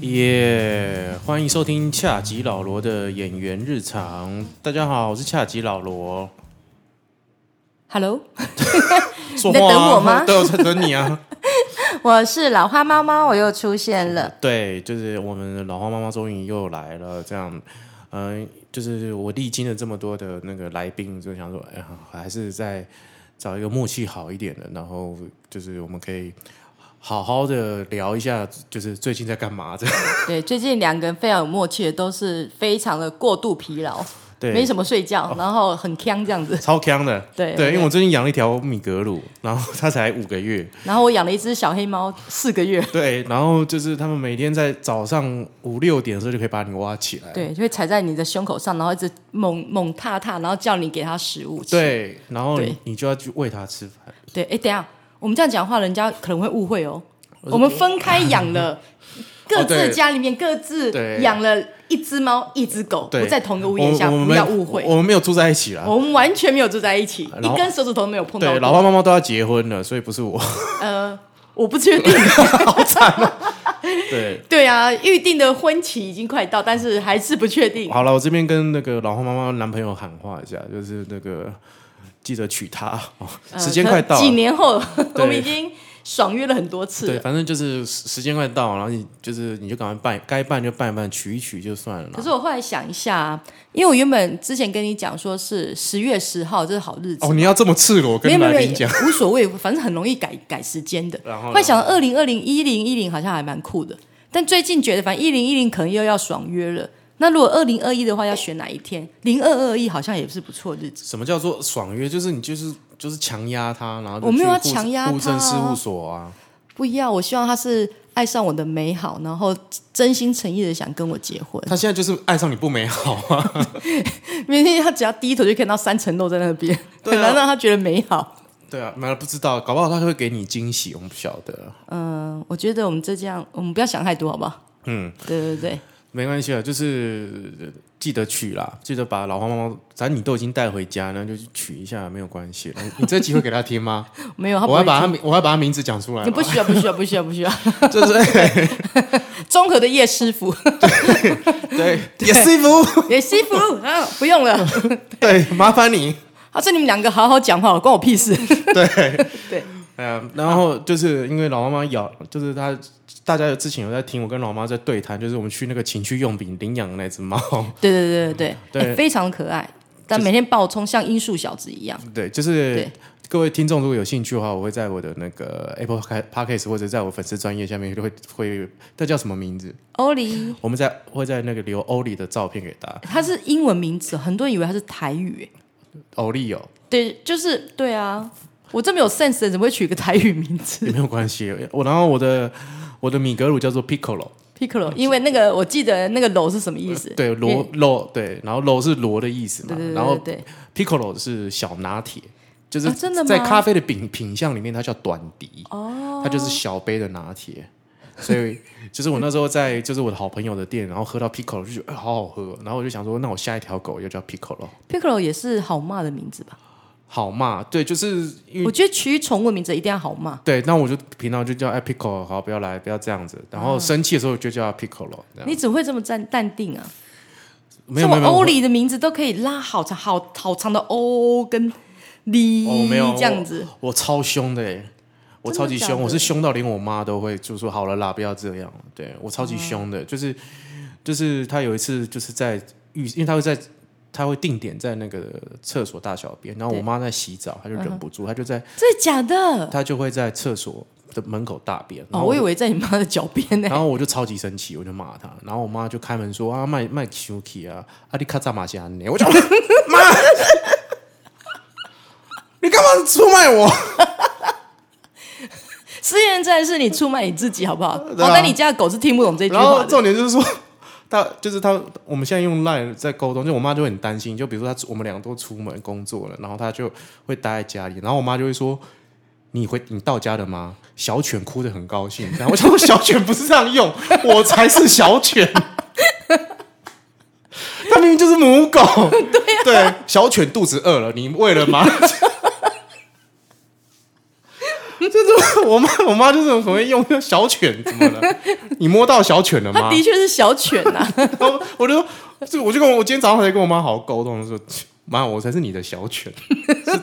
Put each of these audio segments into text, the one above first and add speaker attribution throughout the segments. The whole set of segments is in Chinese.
Speaker 1: 耶欢迎收听恰吉老罗的演员日常。大家好，我是恰吉老罗。
Speaker 2: Hello，
Speaker 1: 说
Speaker 2: 你在
Speaker 1: 话、啊、
Speaker 2: 等我吗
Speaker 1: 对，我在等你啊。
Speaker 2: 我是老花猫猫，我又出现了。
Speaker 1: 对，就是我们老花妈妈终于又来了，这样，嗯、就是我历经了这么多的那个来宾，就想说，哎呀，还是再找一个默契好一点的，然后就是我们可以好好的聊一下，就是最近在干嘛这样。
Speaker 2: 对，最近两个人非常有默契的，都是非常的过度疲劳，
Speaker 1: 对，哦
Speaker 2: 没什么睡觉，然后很呛这样子。
Speaker 1: 超强的，
Speaker 2: 对
Speaker 1: 对，因为我最近养了一条米格鲁，然后它才五个月，
Speaker 2: 然后我养了一只小黑猫，四个月，
Speaker 1: 对，然后就是他们每天在早上五六点的时候就可以把你挖起来，
Speaker 2: 对，就会踩在你的胸口上，然后一直猛猛踏踏，然后叫你给它食物吃。
Speaker 1: 对，然后你
Speaker 2: 对
Speaker 1: 你就要去喂它吃饭，
Speaker 2: 对，哎，等一下，我们这样讲话，人家可能会误会哦。我们分开养 了，各
Speaker 1: 哦对
Speaker 2: 自家里面各自
Speaker 1: 对
Speaker 2: 养了一只猫、一只狗，
Speaker 1: 对，
Speaker 2: 不在同一个屋檐下，
Speaker 1: 我我们
Speaker 2: 不要误会哦
Speaker 1: 我。我们没有住在一起啦。
Speaker 2: 我们完全没有住在一起，
Speaker 1: 然后
Speaker 2: 一根手指头都没有碰到
Speaker 1: 对，
Speaker 2: 过。
Speaker 1: 老花妈妈都要结婚了，所以不是 我。
Speaker 2: 呃，我不确定。
Speaker 1: 对，
Speaker 2: 对啊，预定的婚期已经快到，但是还是不确定。
Speaker 1: 好了，我这边跟那个老花妈妈男朋友喊话一下，就是那个记得娶她，哦
Speaker 2: 呃
Speaker 1: 时间快到了。
Speaker 2: 可几年后
Speaker 1: 对
Speaker 2: 我们已经爽约了很多次
Speaker 1: 对，
Speaker 2: 了。
Speaker 1: 反正就是时时间快到，然后你就是你就赶快办，该办就办一办，取一取就算了啦。
Speaker 2: 可是我后来想一下啊，因为我原本之前跟你讲说是十月十号，这是好日子。
Speaker 1: 哦，你要这么赤裸
Speaker 2: 没有
Speaker 1: 跟
Speaker 2: 没有
Speaker 1: 来
Speaker 2: 没
Speaker 1: 宾
Speaker 2: 有
Speaker 1: 讲，，哦
Speaker 2: 无所谓，反正很容易改改时间的。
Speaker 1: 然后呢
Speaker 2: 会想二零二零一零一零好像还蛮酷的，但最近觉得反正一零一零可能又要爽约了。那如果二零二一的话，要选哪一天？零二二一好像也是不错的日子。
Speaker 1: 什么叫做爽约？就是你就是就是强压他，然后就
Speaker 2: 我没有
Speaker 1: 去
Speaker 2: 要
Speaker 1: 户
Speaker 2: 强压
Speaker 1: 户
Speaker 2: 他
Speaker 1: 政事务
Speaker 2: 啊
Speaker 1: 所啊。
Speaker 2: 不一样，我希望他是爱上我的美好，然后真心诚意的想跟我结 婚。
Speaker 1: 他现在就是爱上你不美好啊。
Speaker 2: 明天他只要低头就看到三层肉在那边，
Speaker 1: 对啊
Speaker 2: 很难让他觉得美好。
Speaker 1: 对啊，没有不知道，搞不好他会给你惊喜，我们不晓得。
Speaker 2: 嗯、我觉得我们这这样，我们不要想太多，好不好？嗯，对对对，
Speaker 1: 没关系啊，就是呃记得取啦，记得把老花猫，咱你都已经带回家，那就去取一下，没有关系。你你这集会给他听吗？
Speaker 2: 没 有，他不
Speaker 1: 我
Speaker 2: 会
Speaker 1: 要把
Speaker 2: 听
Speaker 1: 他名，我要把他名字讲出来
Speaker 2: 你
Speaker 1: 吗。
Speaker 2: 不需要，不需要，不需要，不需要。
Speaker 1: 就是
Speaker 2: 综合的叶师傅，
Speaker 1: 对，也师傅，
Speaker 2: 叶师傅啊，不用了。
Speaker 1: 对，麻烦你。
Speaker 2: 他说你们两个好好讲话，关我 屁事。
Speaker 1: 哎呀，然后就是因为老妈妈咬，就是她，大家之前有在听我跟老妈在对谈，就是我们去那个情趣用品领养的那只猫，
Speaker 2: 对对对对
Speaker 1: 对
Speaker 2: 对，哎非常可爱，但每天暴冲像音速小子一样。
Speaker 1: 对，就是
Speaker 2: 对
Speaker 1: 各位听众如果有兴趣的话，我会在我的那个 Apple Podcast 或者在我粉丝专业下面就会会，那叫什么名字？
Speaker 2: 欧里，
Speaker 1: 我们在会在那个留欧里的照片给大家。
Speaker 2: 他是英文名字，很多人以为他是台语。哎
Speaker 1: 欧丽 哦，
Speaker 2: 对，就是对啊，我这么有 sense 的，怎么会取一个台语名
Speaker 1: 也
Speaker 2: 字
Speaker 1: 没有关系。我然后我的我的米格鲁叫做 Piccolo，
Speaker 2: ？Piccolo，因为那个我记得那个楼是什么意思？
Speaker 1: 对
Speaker 2: 因
Speaker 1: 罗
Speaker 2: 为
Speaker 1: 罗对，然后罗是罗的意思嘛
Speaker 2: 对对，对
Speaker 1: 然后
Speaker 2: 对对
Speaker 1: Piccolo 是小拿铁，就是
Speaker 2: 啊真的吗
Speaker 1: 在咖啡的品品相里面，它叫短笛，哦，它就是小杯的拿铁。所以 就是我那时候在就是我的好朋友的店，然后喝到 Piccolo 就觉得、哎好好喝，然后我就想说，那我下一条狗又叫 Piccolo，
Speaker 2: Piccolo 也是好骂的名字吧？
Speaker 1: 好嘛？对，就是因为
Speaker 2: 我觉得取宠物名字一定要好骂。
Speaker 1: 对，那我就平常就叫哎 Piccolo，好不要来，不要这样子。然后生气的时候就叫他 Piccolo，这样
Speaker 2: 啊你怎么会这么淡淡定
Speaker 1: 啊
Speaker 2: 啊？
Speaker 1: 没
Speaker 2: 这
Speaker 1: 有
Speaker 2: 么
Speaker 1: 没有没有
Speaker 2: 欧里的名字都可以拉好长好好长的欧跟里，
Speaker 1: 哦没有
Speaker 2: 这样子。
Speaker 1: 我超凶的、欸，我
Speaker 2: 真
Speaker 1: 超
Speaker 2: 的
Speaker 1: 级
Speaker 2: 假
Speaker 1: 凶，我是
Speaker 2: 的
Speaker 1: 凶到连我妈都会就说好了啦，不要这样。对我超级凶
Speaker 2: 嗯
Speaker 1: 的，就是就是他有一次就是在浴，因为他会在他会定点在那个厕所大小便，然后我
Speaker 2: 对嗯
Speaker 1: 妈在洗澡，她就忍不住，她就在
Speaker 2: 真的假的？
Speaker 1: 她就会在厕所的门口大便。然
Speaker 2: 哦，
Speaker 1: 后
Speaker 2: 我以为在你妈的脚边 呢
Speaker 1: 然。后我就超级生气，我就骂他。然后我妈就开门说：“啊，卖卖 Q K 啊，啊你卡扎马西安尼。”我 就妈， 你干嘛出卖我？
Speaker 2: 私人战是你出卖你自己好不好？
Speaker 1: 对啊
Speaker 2: 好歹你家的狗是听不懂这句
Speaker 1: 然后
Speaker 2: 话的。
Speaker 1: 重点就是说， 他就是他，我们现在用 Line 在沟通，就我妈就很担心。就比如说他，我们俩都出门工作了，然后他就会待在家里，然后我妈就会说：“你回你到家了吗？”小犬哭得很高兴，然后我想说 小犬不是这样用，我才是小 犬。它明明就是母狗，对、
Speaker 2: 啊
Speaker 1: 小犬 肚子饿了，你喂了吗？这种我妈我妈就是很会用小犬，怎么了？你摸到小犬了
Speaker 2: 他
Speaker 1: 吗？
Speaker 2: 的确是小犬啊呐、
Speaker 1: 然后 我就这，我就跟我我今天早上才跟我妈好好沟通，说 妈，我才是你的小犬， 是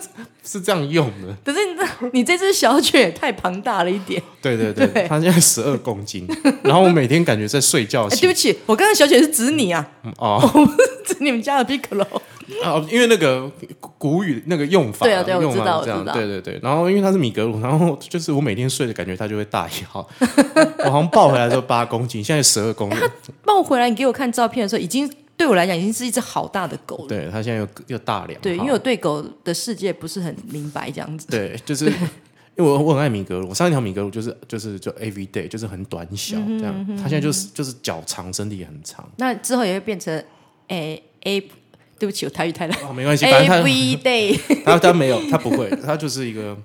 Speaker 1: 是这样用的。
Speaker 2: 可是你这你这只小犬也太庞大了一点。
Speaker 1: 对对 对，它现在十二公斤， 然后我每天感觉在睡觉
Speaker 2: 哎、对
Speaker 1: 醒
Speaker 2: 不起，我刚刚小犬是指你啊，
Speaker 1: 哦
Speaker 2: 指你们家的 Piccolo。
Speaker 1: 啊，因为那个古古语那个用法，
Speaker 2: 对啊对啊我
Speaker 1: 用
Speaker 2: 知道
Speaker 1: 法
Speaker 2: 我
Speaker 1: 这样
Speaker 2: 知，道
Speaker 1: 对对对。然后因为它是米格鲁，然后就是我每天睡的感觉它就会大一号， 我好像抱回来之后八公斤，现在十二公
Speaker 2: 哎
Speaker 1: 斤，
Speaker 2: 抱回来，你给我看照片的时候，已经对我来讲已经是一只好大的狗了。
Speaker 1: 对，它现在又又大两号，
Speaker 2: 对，因为我对狗的世界不是很明白，这样子。
Speaker 1: 对，就是因为我我很爱米格鲁，我上一条米格鲁就是就是就 every day 就是很短小这样，它现在就是就是脚长，身体也很长。
Speaker 2: 那之后也会变成，诶 A，对不起，我台语太烂。
Speaker 1: 哦，没关系，反
Speaker 2: A
Speaker 1: 正
Speaker 2: V day，
Speaker 1: 它它它没有，它不会，它就是一个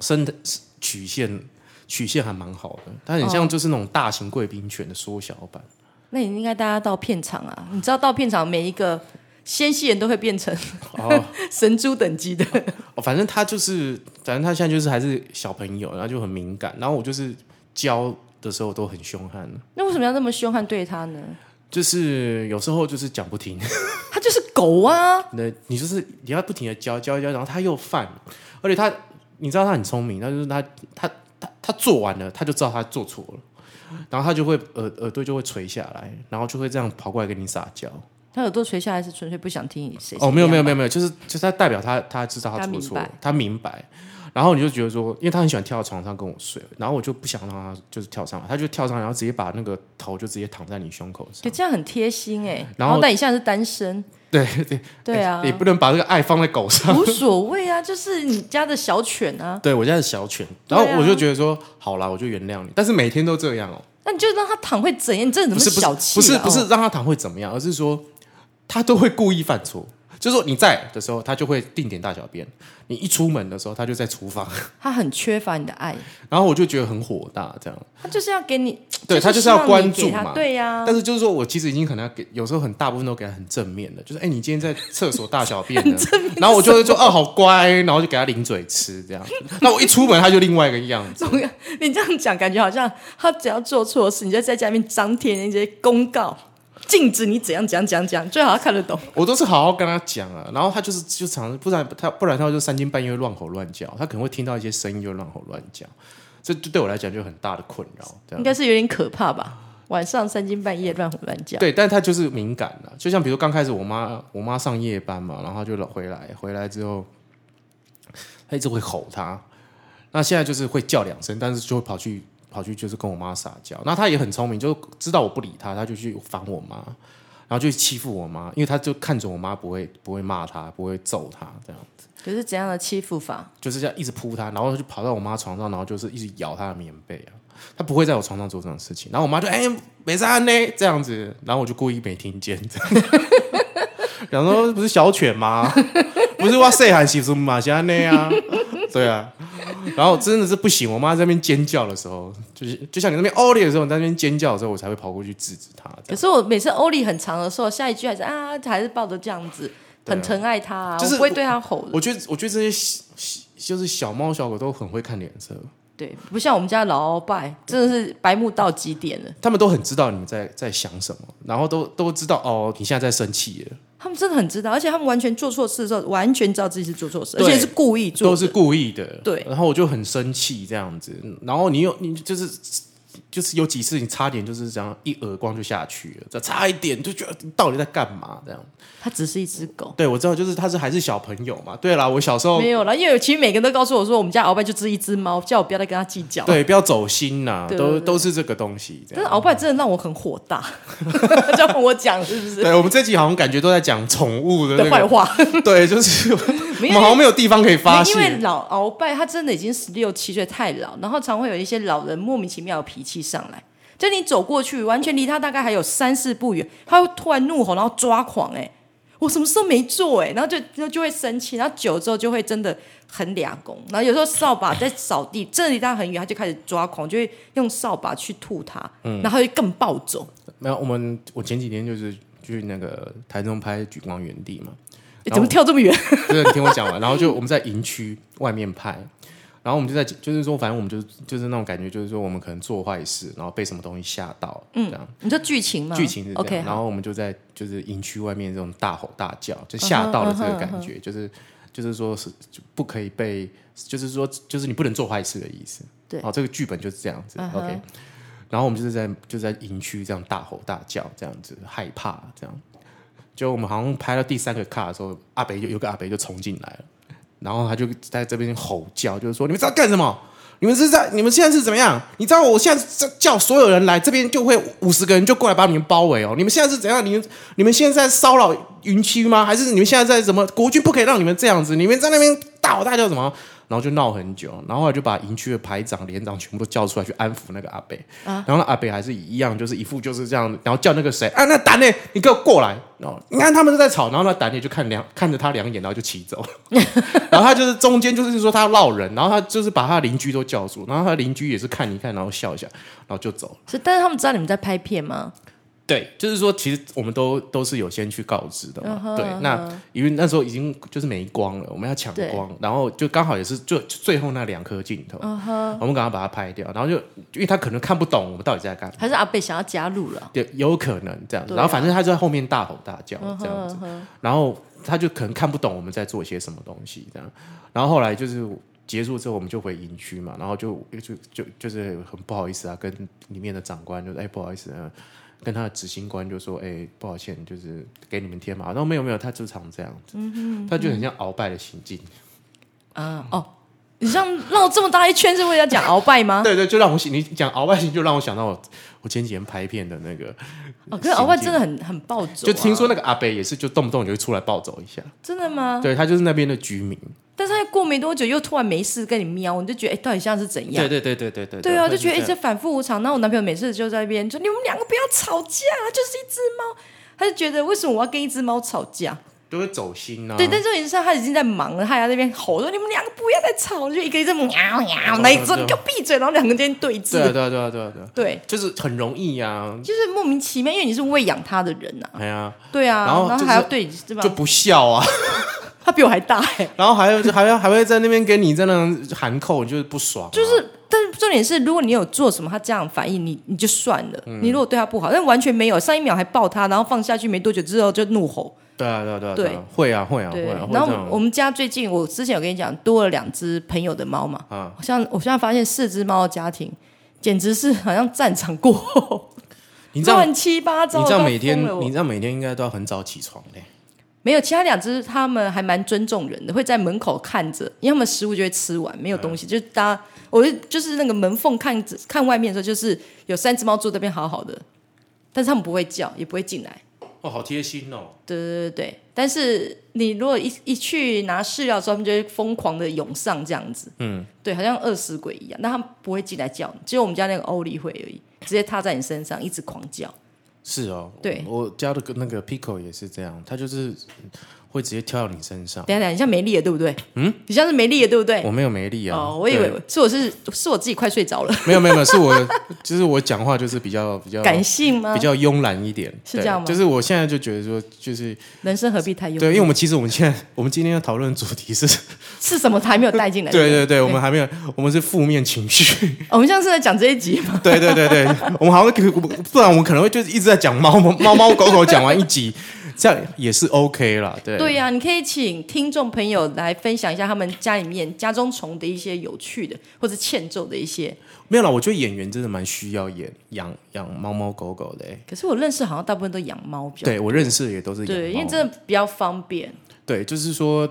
Speaker 1: 身的曲线曲线还蛮好的，它很像就是那种大型贵宾犬的缩小版。
Speaker 2: 那你应该带它到片场啊！你知道到片场每一个纤细人都会变成
Speaker 1: 哦
Speaker 2: 神猪等级的。
Speaker 1: 哦，反正它就是，反正它现在就是还是小朋友，然后就很敏感，然后我就是教的时候都很凶悍，
Speaker 2: 那为什么要那么凶悍对它呢？
Speaker 1: 就是有时候就是讲不听。
Speaker 2: 它就是狗啊！
Speaker 1: 那你就是你要不停的教教教，然后他又犯，而且他你知道他很聪明，他就是他他他他做完了，他就知道他做错了，然后他就会耳耳朵就会垂下来，然后就会这样跑过来跟你撒娇。
Speaker 2: 它耳朵垂下来是纯粹不想听你谁。
Speaker 1: 哦，没有没有没
Speaker 2: 有，
Speaker 1: 有没有，就是就是他代表他他知道他做错了，他明白。然后你就觉得说，因为他很喜欢跳到床上跟我睡，然后我就不想让他就是跳上来，他就跳上来，然后直接把那个头就直接躺在你胸口
Speaker 2: 可
Speaker 1: 上。
Speaker 2: 这样很贴心哎、欸。
Speaker 1: 然后
Speaker 2: 但你现在是单身，
Speaker 1: 对对
Speaker 2: 对啊，
Speaker 1: 哎你不能把这个爱放在狗上。
Speaker 2: 无所谓啊，就是你家的小犬啊，
Speaker 1: 对我家是小犬，
Speaker 2: 对
Speaker 1: 然
Speaker 2: 啊
Speaker 1: 后我就觉得说，好啦，我就原谅你，但是每天都这样哦、
Speaker 2: 那你就让它躺会怎样？你这人怎
Speaker 1: 不
Speaker 2: 么
Speaker 1: 是不是
Speaker 2: 小气、啊
Speaker 1: 不是不
Speaker 2: 哦
Speaker 1: 是让他躺会怎么样，而是说他都会故意犯错，就是说你在的时候，他就会定点大小便，你一出门的时候，他就在厨房，
Speaker 2: 他很缺乏你的爱，
Speaker 1: 然后我就觉得很火大这样，
Speaker 2: 他就是要给你，
Speaker 1: 对他
Speaker 2: 他
Speaker 1: 就是要关注嘛
Speaker 2: 对啊呀、
Speaker 1: 但是就是说我其实已经可能要给，有时候很大部分都给他很正面的，就是哎、你今天在厕所大小便 呢，然后我就会说哦好乖，然后就给他零嘴吃这样，那我一出门他就另外一个样子，
Speaker 2: 总要你这样讲，感觉好像他只要做错事，你就在家里面张贴那些公告，禁止你怎样怎样怎样怎样，最好他看得懂。
Speaker 1: 我都是好好跟他讲啊，然后他就是就常，不然他不然他就三更半夜乱吼乱叫，他可能会听到一些声音就乱吼乱叫，这就对我来讲就很大的困扰。这
Speaker 2: 应
Speaker 1: 样
Speaker 2: 该是有点可怕吧？晚上三更半夜乱吼乱叫，
Speaker 1: 对，但他就是敏感了、就像比如刚开始我妈我妈上夜班嘛，然后她就回来，回来之后，他一直会吼他，那现在就是会叫两声，但是就会跑去跑去就是跟我妈撒娇，那他也很聪明，就知道我不理他，他就去烦我妈。然后就欺负我妈，因为他就看准我妈不会不会骂他，不会揍他这样。
Speaker 2: 可是怎样的欺负法？
Speaker 1: 就是这样一直扑他，然后就跑到我妈床上，然后就是一直咬她的棉被啊。她不会在我床上做这种事情，然后我妈就哎没事呢这样子，然后我就故意没听见，这样 然后说不是小犬吗？ 不是哇塞喊媳妇马西安内啊， 对啊，然后真的是不行，我妈在那边尖叫的时候，就是就像你那边哦哩的时候，你在那边尖叫的时候，我才会跑过去制止她。这
Speaker 2: 可
Speaker 1: 样
Speaker 2: 是我每次欧丽很长的时候，下一句还是啊，还是抱着这样子，
Speaker 1: 对啊
Speaker 2: 很疼爱他、啊，
Speaker 1: 就是
Speaker 2: 我不会对他吼的。
Speaker 1: 我觉得，我觉得这些小就是小猫小狗都很会看脸色，
Speaker 2: 对，不像我们家老鳌拜，真的是白目到极点了。
Speaker 1: 他们都很知道你们在在想什么，然后都都知道哦，你现在在生气了，
Speaker 2: 他们真的很知道，而且他们完全做错事的时候，完全知道自己是做错事，而
Speaker 1: 对
Speaker 2: 且是故意做
Speaker 1: 都
Speaker 2: 的。
Speaker 1: 是故意的。
Speaker 2: 对
Speaker 1: 然后我就很生气这样子，然后你有你就是就是有几次你差点就是这样一耳光就下去了，这差一点就觉得你到底在干嘛这样？
Speaker 2: 它只是一只狗，
Speaker 1: 对我知道，就是他是还是小朋友嘛。对啦，我小时候
Speaker 2: 没有啦，因为其实每个人都告诉我说，我们家鳌拜就只是一只猫，叫我不要再跟它计较。，
Speaker 1: 对不要走心呐、
Speaker 2: 对
Speaker 1: 都
Speaker 2: 对对
Speaker 1: 都是这个东西这
Speaker 2: 但是
Speaker 1: 样。
Speaker 2: 鳌拜真的让我很火大， 这样跟我讲是不是？
Speaker 1: 对我们这集好像感觉都在讲宠物的
Speaker 2: 的
Speaker 1: 那
Speaker 2: 坏
Speaker 1: 个，
Speaker 2: 话，
Speaker 1: 对，就是 我
Speaker 2: 没有
Speaker 1: 们好像没有地方可以发
Speaker 2: 因为
Speaker 1: 泄。
Speaker 2: 老鳌拜他真的已经十六七岁，太老，然后常会有一些老人莫名其妙的脾气上来。就你走过去，完全离他大概还有三四步远，他会突然怒吼，然后抓狂、哎，我什么事都没做、哎，然后就就 就会生气，然后久了之后就会真的很俩功，然后有时候扫把在扫地，真的离他很远，他就开始抓狂，就会用扫把去吐他，
Speaker 1: 嗯
Speaker 2: 然后他就更暴走。
Speaker 1: 没有，我们我前几天就是去那个台中拍《举光原地》嘛，
Speaker 2: 哎怎么跳这么远？
Speaker 1: 对，你听我讲完，然后就我们在营区外面拍，然后我们就在就是说，反正我们就就是那种感觉，就是说我们可能做坏事，然后被什么东西吓到，嗯，这样
Speaker 2: 你说哦剧情 吗？
Speaker 1: 剧情是这
Speaker 2: OK，
Speaker 1: 样。然
Speaker 2: 好，
Speaker 1: 后我们就在就是营区外面这种大吼大叫，就吓到了这个感觉，就是就是说是就不可以被，就是说就是你不能做坏事的意思。
Speaker 2: 对
Speaker 1: 好，这个剧本就是这样子。
Speaker 2: 嗯哼
Speaker 1: OK，然后我们就是在就在营区这样大吼大叫，这样子害怕这样。就我们好像拍到第三个卡的时候，阿北就有个阿北就冲进来了，然后他就在这边吼叫，就是说你们在干什么？你们是在你们现在是怎么样？你知道我现在是叫所有人来这边，就会五十个人就过来把你们包围哦。你们现在是怎样？你们你们现在在骚扰云区吗？还是你们现在在什么？国军不可以让你们这样子，你们在那边大吼大叫什么？然后就闹很久，然后后来就把营区的排长、连长全部都叫出来去安抚那个阿北。然后那阿北还是一样，就是一副就是这样，然后叫那个谁啊，那胆呢？你给我过来！哦，你看他们都在吵，然后那胆呢就看两看着他两眼，然后就骑走。然后他就是中间就是说他要闹人，然后他就是把他邻居都叫住，然后他邻居也是看一看，然后笑一下，然后就走了。
Speaker 2: 是但是他们知道你们在拍片吗？
Speaker 1: 对，就是说其实我们都都是有先去告知的嘛。对，那因为那时候已经就是没光了，我们要抢
Speaker 2: 对
Speaker 1: 光，然后就刚好也是就就最后那两颗镜头我们赶快把它拍掉，然后就因为他可能看不懂我们到底在干嘛。
Speaker 2: 还是阿贝想要加入了？
Speaker 1: 对，有可能这样子。
Speaker 2: 对啊嗯
Speaker 1: 然后反正他就在后面大吼大叫这样子，然后他就可能看不懂我们在做些什么东西这样。然后后来就是结束之后，我们就回营区嘛，然后就就就就是很不好意思啊，跟里面的长官就说：“哎，不好意思、啊。”跟他的执行官就说：“哎，抱歉，就是给你们添麻烦。”然后没有没有，他就常这样子，
Speaker 2: 嗯
Speaker 1: 他就很像鳌拜的行径。
Speaker 2: 啊，哦，你这样绕这么大一圈是为了讲鳌拜吗？
Speaker 1: 对对，就让我想你讲鳌拜行，就让我想到我我前几天拍片的那个，
Speaker 2: 哦，可是鳌拜真的很很暴走、啊，
Speaker 1: 就听说那个阿北也是，就动不动就会出来暴走一下。
Speaker 2: 真的吗？
Speaker 1: 对他就是那边的居民。
Speaker 2: 但是他过没多久又突然没事跟你瞄，你就觉得哎、到底现在是怎样？
Speaker 1: 对对对对对
Speaker 2: 对啊，就觉得
Speaker 1: 一
Speaker 2: 一直反复无常。然后我男朋友每次就在那边说：“你们两个不要吵架，就是一只猫。”他就觉得为什么我要跟一只猫吵架？
Speaker 1: 都会走心啊。
Speaker 2: 对，但重点是他已经在忙了，他还在那边吼说：“你们两个不要再吵！”就一个一直喵喵，那一只
Speaker 1: 对
Speaker 2: 你给我闭嘴，然后两个人间
Speaker 1: 对
Speaker 2: 对
Speaker 1: 啊
Speaker 2: 峙。
Speaker 1: 对啊对啊啊对嗯啊对啊，
Speaker 2: 对，
Speaker 1: 就是很容易呀。
Speaker 2: 就是莫名其妙，因为你是喂养他的人呐、啊。
Speaker 1: 哎呀，
Speaker 2: 对啊，
Speaker 1: 然后
Speaker 2: 然
Speaker 1: 就是
Speaker 2: 后还要对你对吧
Speaker 1: 就？不孝啊，
Speaker 2: 他比我还大哎、
Speaker 1: 然后还有还要还会在那边跟你在那喊扣，你就是不爽啊。
Speaker 2: 就是，但是重点是，如果你有做什么，他这样反应，你你就算了。
Speaker 1: 嗯
Speaker 2: 你如果对他不好，但完全没有，上一秒还抱他，然后放下去没多久之后就怒吼。
Speaker 1: 对啊对啊对啊对啊，会啊会啊
Speaker 2: 对
Speaker 1: 会啊，，会
Speaker 2: 然后
Speaker 1: 这
Speaker 2: 我
Speaker 1: 样
Speaker 2: 我们家最近，我之前有跟你讲，多了两只朋友的猫嘛。
Speaker 1: 啊
Speaker 2: 好像我现在发现四只猫的家庭，简直是好像战场过后，
Speaker 1: 你这样
Speaker 2: 乱七八糟
Speaker 1: 你
Speaker 2: 的。
Speaker 1: 这样每天
Speaker 2: 都疯了我
Speaker 1: 你这样每天应该都要很早起床嘞。
Speaker 2: 没有，其他两只他们还蛮尊重人的，会在门口看着，因为他们食物就会吃完，没有东西，就是大家，我就就是那个门缝看着看外面的时候，就是有三只猫坐这边好好的，但是他们不会叫，也不会进来。
Speaker 1: 哦，好贴心哦。
Speaker 2: 对对对对，但是你如果一一去拿饲料的时候，他们就会疯狂的涌上这样子，嗯，对，好像饿死鬼一样，但他们不会进来叫你，只有我们家那个欧丽会而已，直接踏在你身上一直狂叫。
Speaker 1: 是哦，
Speaker 2: 对
Speaker 1: 我家的那个 Pico 也是这样，他就是会直接跳到你身上。
Speaker 2: 等一下等一下，你像没力了对不对？嗯，你像是没力了对不对？
Speaker 1: 我没有没力啊，
Speaker 2: 哦，我以为
Speaker 1: 对
Speaker 2: 是我是是我自己快睡着了，
Speaker 1: 没有没有没有，是我 就是我讲话就是比较比较
Speaker 2: 感性吗
Speaker 1: 哦比？较慵懒一点，
Speaker 2: 是
Speaker 1: 对
Speaker 2: 这样吗
Speaker 1: 就是我现在就觉得说，就是
Speaker 2: 人生何必太慵
Speaker 1: 对，因为
Speaker 2: 懒？
Speaker 1: 我们其实我们现在 我们今天要讨论的主题是，
Speaker 2: 是什么还没有带进来？
Speaker 1: 对
Speaker 2: 不
Speaker 1: 对对，我们还没有，我们是负面情绪，
Speaker 2: 我们像是在讲这一集嘛，
Speaker 1: 对对对对，我们好像可不然我们可能会就是一直在讲猫猫猫猫狗狗，讲完一集， 这样也是 OK 啦，对
Speaker 2: 对啊呀、你可以请听众朋友来分享一下他们家里面家中虫的一些有趣的或者欠揍的一些。
Speaker 1: 没有啦，我觉得演员真的蛮需要演养养猫猫狗狗的、欸，
Speaker 2: 可是我认识好像大部分都养猫比较
Speaker 1: 对我认识的也都是养
Speaker 2: 对，因为
Speaker 1: 猫
Speaker 2: 真的比较方便。
Speaker 1: 对，就是说，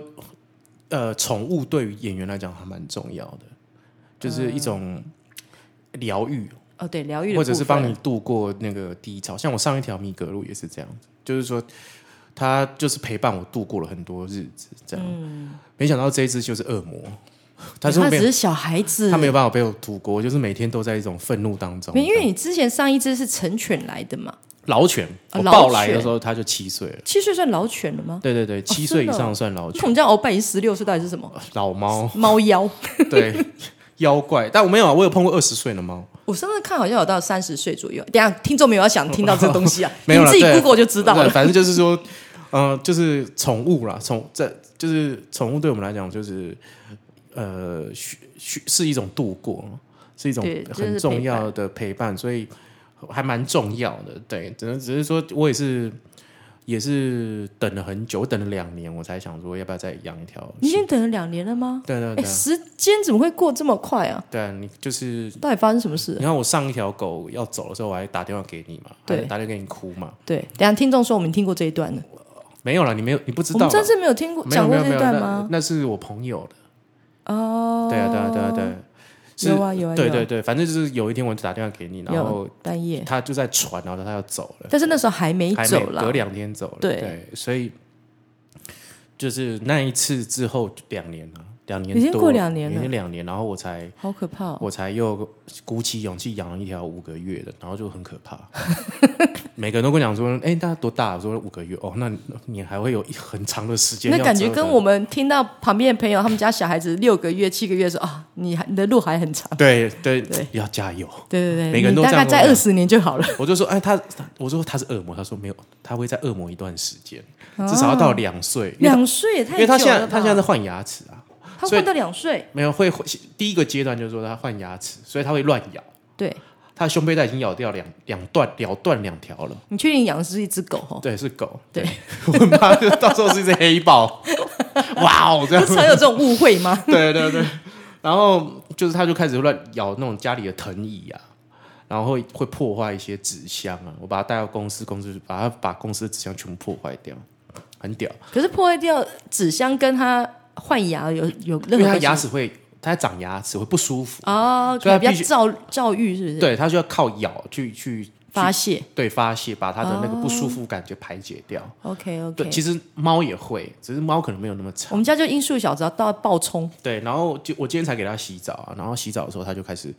Speaker 1: 呃，宠物对于演员来讲还蛮重要的，就是一种疗愈，
Speaker 2: 哦，对，嗯疗愈的
Speaker 1: 或者是
Speaker 2: 部分
Speaker 1: 帮你度过那个低潮。像我上一条米格路也是这样子，就是说，它就是陪伴我度过了很多日子，这样。没想到这一只就是恶魔，它是
Speaker 2: 嗯他
Speaker 1: 没
Speaker 2: 只
Speaker 1: 有
Speaker 2: 是小孩子
Speaker 1: 它，没有办法被我度过，就是每天都在一种愤怒当中。
Speaker 2: 没因为你之前上一只是成犬来的嘛，
Speaker 1: 老犬，
Speaker 2: 啊
Speaker 1: 我
Speaker 2: 老
Speaker 1: 抱来
Speaker 2: 犬
Speaker 1: 的时候它就七岁了。
Speaker 2: 七岁算老犬了吗？
Speaker 1: 对对对，七岁以
Speaker 2: 真的哦
Speaker 1: 上算老
Speaker 2: 那
Speaker 1: 犬，
Speaker 2: 我们家鳌拜已经十六岁，到底是什么？
Speaker 1: 老猫，
Speaker 2: 猫妖。
Speaker 1: 对，妖怪。但我没有啊，我有碰过二十岁的猫。
Speaker 2: 我上次看好像有到三十岁左右，等一下听众没有要想听到这个东西啊
Speaker 1: ，没有
Speaker 2: 你
Speaker 1: 啦
Speaker 2: 自己
Speaker 1: 对
Speaker 2: Google 就知道
Speaker 1: 对啊
Speaker 2: 了。
Speaker 1: 反正就是说，呃，就是宠物啦，宠这就是宠物对我们来讲就是呃，需需是一种度过，是一种
Speaker 2: 对就是
Speaker 1: 很重要的陪伴，所以还蛮重要的。对，只能只是说我也是也是等了很久，我等了两年，我才想说要不要再养一条
Speaker 2: 你已
Speaker 1: 新。
Speaker 2: 经等了两年了吗？
Speaker 1: 对对啊
Speaker 2: 哎，
Speaker 1: 对
Speaker 2: 时间怎么会过这么快啊？
Speaker 1: 对啊，你就是
Speaker 2: 到底发生什么事
Speaker 1: 你？看我上一条狗要走的时候，我还打电话给你嘛，
Speaker 2: 对
Speaker 1: 还打电话给你哭嘛，
Speaker 2: 对，等一下听众说我们听过这一段了，
Speaker 1: 没有了，你没有，你不知
Speaker 2: 我
Speaker 1: 道
Speaker 2: 们
Speaker 1: 啦，
Speaker 2: 真是没有听过
Speaker 1: 没有
Speaker 2: 讲
Speaker 1: 没
Speaker 2: 过
Speaker 1: 有
Speaker 2: 这
Speaker 1: 没
Speaker 2: 一
Speaker 1: 有，
Speaker 2: 段吗
Speaker 1: 那？那是我朋友的，
Speaker 2: 哦，
Speaker 1: 对啊对啊对啊对啊，是
Speaker 2: 有啊有啊，
Speaker 1: 对
Speaker 2: 有啊
Speaker 1: 对对，反正就是有一天我打电话给你，然
Speaker 2: 有啊
Speaker 1: 后
Speaker 2: 半夜，
Speaker 1: 他就在船，然后他要走了，
Speaker 2: 但是那时候还没
Speaker 1: 还
Speaker 2: 走
Speaker 1: 没
Speaker 2: 啦
Speaker 1: 隔。两天走了，
Speaker 2: 对
Speaker 1: 所以就是那一次之后两年了，两年
Speaker 2: 已经
Speaker 1: 多
Speaker 2: 过两年了
Speaker 1: 已经两年，然后我才
Speaker 2: 好可怕、哦！
Speaker 1: 我才又鼓起勇气养了一条五个月的，然后就很可 怕。每个人都跟我讲说：“哎、大家多大？”我说：“五个月。”哦，那你还会有一很长的时间要
Speaker 2: 那
Speaker 1: 折腾。
Speaker 2: 感觉跟我们听到旁边的朋友他们家小孩子六个月、七个月说啊，你还你的路还很长。
Speaker 1: 对对
Speaker 2: 对
Speaker 1: 要加油。
Speaker 2: 对对对，
Speaker 1: 每个人都
Speaker 2: 你大
Speaker 1: 这样
Speaker 2: 概
Speaker 1: 跟我
Speaker 2: 在
Speaker 1: 讲
Speaker 2: 二十年就好了。
Speaker 1: 我就说：“哎、他他我说他是恶魔。”他说：“没有，他会再恶魔一段时间，至少要到两岁。因为他
Speaker 2: 两岁也哦太
Speaker 1: 因为他
Speaker 2: 久
Speaker 1: 现在
Speaker 2: 了吧
Speaker 1: 他现在在换牙齿啊，
Speaker 2: 他
Speaker 1: 所以
Speaker 2: 换到两岁，
Speaker 1: 没有会会第一个阶段就是说他换牙齿，所以他会乱咬。
Speaker 2: 对
Speaker 1: 他的胸背带已经咬掉两两段，咬断两条了。
Speaker 2: 你确定养的是一只狗 哦？
Speaker 1: 对，是狗。
Speaker 2: 对，
Speaker 1: 我妈就到时候是一只黑豹，哇哦，这样
Speaker 2: 不。常有这种误 会吗？
Speaker 1: 对对对，然后就是他就开始乱咬那种家里的藤椅啊，然后会会破坏一些纸箱啊。我把他带到公司，公司就把他把公司的纸箱全部破坏掉，很屌，
Speaker 2: 可是破坏掉纸箱跟他换牙有有
Speaker 1: 因
Speaker 2: 任
Speaker 1: 为
Speaker 2: 何
Speaker 1: 他
Speaker 2: 关系
Speaker 1: 牙
Speaker 2: 吗
Speaker 1: 齿会，他长牙齿会不舒服，
Speaker 2: 哦，
Speaker 1: 所以他
Speaker 2: 可能比较
Speaker 1: 必须
Speaker 2: 教教育是不是？
Speaker 1: 对他就要靠咬去去
Speaker 2: 发泄。
Speaker 1: 对发泄，把他的那个不舒服感觉排解掉。
Speaker 2: OK
Speaker 1: 对，
Speaker 2: 哦 OK，
Speaker 1: 其实猫也会，只是猫可能没有那么惨。
Speaker 2: 我们家就因素小子要到爆冲，
Speaker 1: 对，然后就我今天才给他洗澡啊，然后洗澡的时候他就开始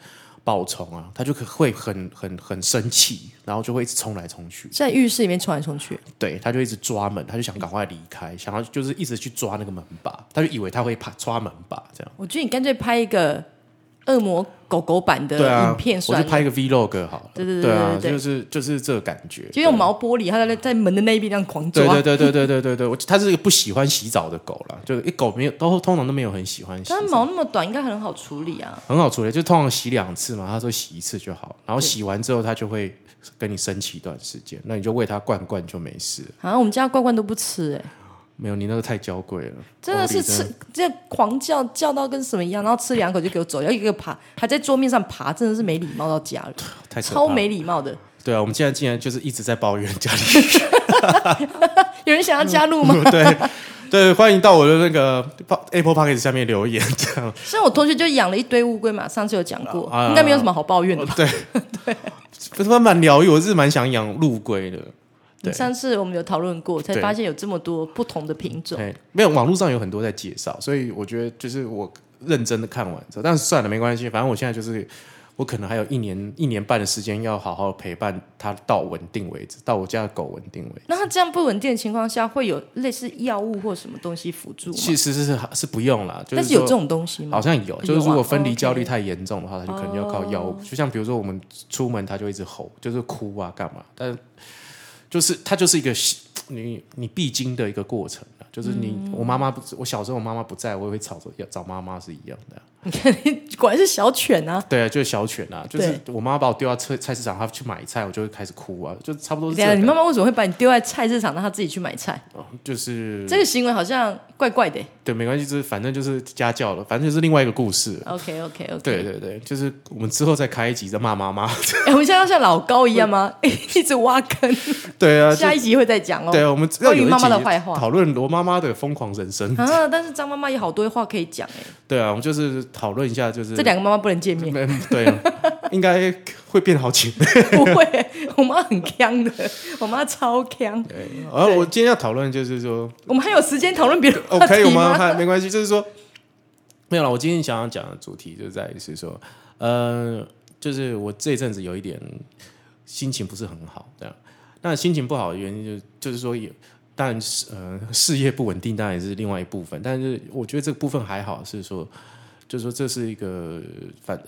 Speaker 1: 爆冲啊，他就可会很很很生气，然后就会一直冲来冲去，
Speaker 2: 在浴室里面冲来冲去。
Speaker 1: 对，他就一直抓门，他就想赶快离开，想要就是一直去抓那个门把，他就以为他会怕抓门把这样。
Speaker 2: 我觉得你干脆拍一个恶魔狗狗版的
Speaker 1: 对啊，
Speaker 2: 影片
Speaker 1: 我
Speaker 2: 算
Speaker 1: 就
Speaker 2: 了，
Speaker 1: 拍一个 vlog 好了。
Speaker 2: 对对对
Speaker 1: 啊，
Speaker 2: 对对
Speaker 1: 就是就是这个感觉，
Speaker 2: 就用毛玻璃，它在在门的那一边这样狂抓。
Speaker 1: 对。对对对对对对对对，我它是一个不喜欢洗澡的狗啦，就一狗没有都通常都没有很喜欢洗
Speaker 2: 但它
Speaker 1: 澡，
Speaker 2: 毛那么短，应该很好处理啊。
Speaker 1: 很好处理，就通常洗两次嘛，它说洗一次就好，然后洗完之后它就会跟你生气一段时间，那你就喂它灌灌就没事了。
Speaker 2: 好啊像我们家罐罐都不吃、哎，
Speaker 1: 没有，你那个太娇贵了，
Speaker 2: 真的是
Speaker 1: 欧弟
Speaker 2: 吃这狂叫叫到跟什么一样，然后吃两口就给我走，要一个爬，还在桌面上爬，真的是没礼貌到家了，
Speaker 1: 太可怕
Speaker 2: 超
Speaker 1: 了。
Speaker 2: 没礼貌的。
Speaker 1: 对啊，我们现在竟然就是一直在抱怨家里。
Speaker 2: 有人想要加入吗？
Speaker 1: 对对，欢迎到我的那个 Apple p o c k e t 下面留言，这样
Speaker 2: 像我同学就养了一堆乌龟嘛，上次有讲过，
Speaker 1: 啊啊
Speaker 2: 应该没有什么好抱怨的吧？
Speaker 1: 不是蛮疗愈，我是蛮想养陆龟的。对
Speaker 2: 上次我们有讨论过，才
Speaker 1: 对
Speaker 2: 发现有这么多不同的品种。
Speaker 1: 对，没有网络上有很多在介绍，所以我觉得就是我认真的看完之后，但是算了，没关系，反正我现在就是我可能还有一年一年半的时间要好好陪伴它到稳定为止，到我家的狗稳定为止。
Speaker 2: 那它这样不稳定的情况下，会有类似药物或什么东西辅助吗？
Speaker 1: 其实是是不用啦，就
Speaker 2: 但
Speaker 1: 是
Speaker 2: 是有
Speaker 1: 说
Speaker 2: 这种东西吗
Speaker 1: 好？像有，就是
Speaker 2: 有啊
Speaker 1: 如果分离
Speaker 2: OK 哦
Speaker 1: 焦虑太严重的话，他就可能要靠药物。就像比如说我们出门，他就一直吼，就是哭啊，干嘛？但就是它就是一个习你你必经的一个过程啊。就是你、
Speaker 2: 嗯
Speaker 1: 我妈妈不，我小时候我妈妈不在，我也会吵着要找妈妈是一样的啊。
Speaker 2: 果然是小犬啊！
Speaker 1: 对啊，就是小犬啊，就是我妈妈把我丢到菜菜市场，她去买菜，我就会开始哭啊，就差不多是
Speaker 2: 对
Speaker 1: 这
Speaker 2: 啊，你
Speaker 1: 样、
Speaker 2: 妈妈为什么会把你丢在菜市场，让她自己去买菜？
Speaker 1: 就是
Speaker 2: 这个行为好像怪怪的欸。
Speaker 1: 对，没关系，就是反正就是家教了，反正就是另外一个故事。
Speaker 2: OK OK OK。
Speaker 1: 对对对，就是我们之后再开一集再骂妈 妈。
Speaker 2: 哎，我们现在要像老高一样吗？ 一直挖坑，
Speaker 1: 对啊，就
Speaker 2: 下一集会再讲哦。
Speaker 1: 对啊，我们要
Speaker 2: 关
Speaker 1: 有
Speaker 2: 于
Speaker 1: 一
Speaker 2: 妈妈
Speaker 1: 集
Speaker 2: 的坏话
Speaker 1: 讨论罗妈妈的疯狂人生。
Speaker 2: 啊，但是张妈妈有好多话可以讲哎，
Speaker 1: 对啊，我们就是讨论一下，就是
Speaker 2: 这两个妈妈不能见面，
Speaker 1: 嗯 对啊，应该会变好起来。
Speaker 2: 不会，我妈很强的，我妈超强。
Speaker 1: 然后我今天要讨论就是说
Speaker 2: 我们还有时间讨论别的话
Speaker 1: ，OK，
Speaker 2: 题
Speaker 1: 哦我们还没关系，就是说没有了。我今天想要讲的主题就在于是说，呃，就是我这一阵子有一点心情不是很好，这样。那心情不好的原因就是就是说也。当然是呃事业不稳定，当然也是另外一部分。但是我觉得这个部分还好，是说，就是说这是一个反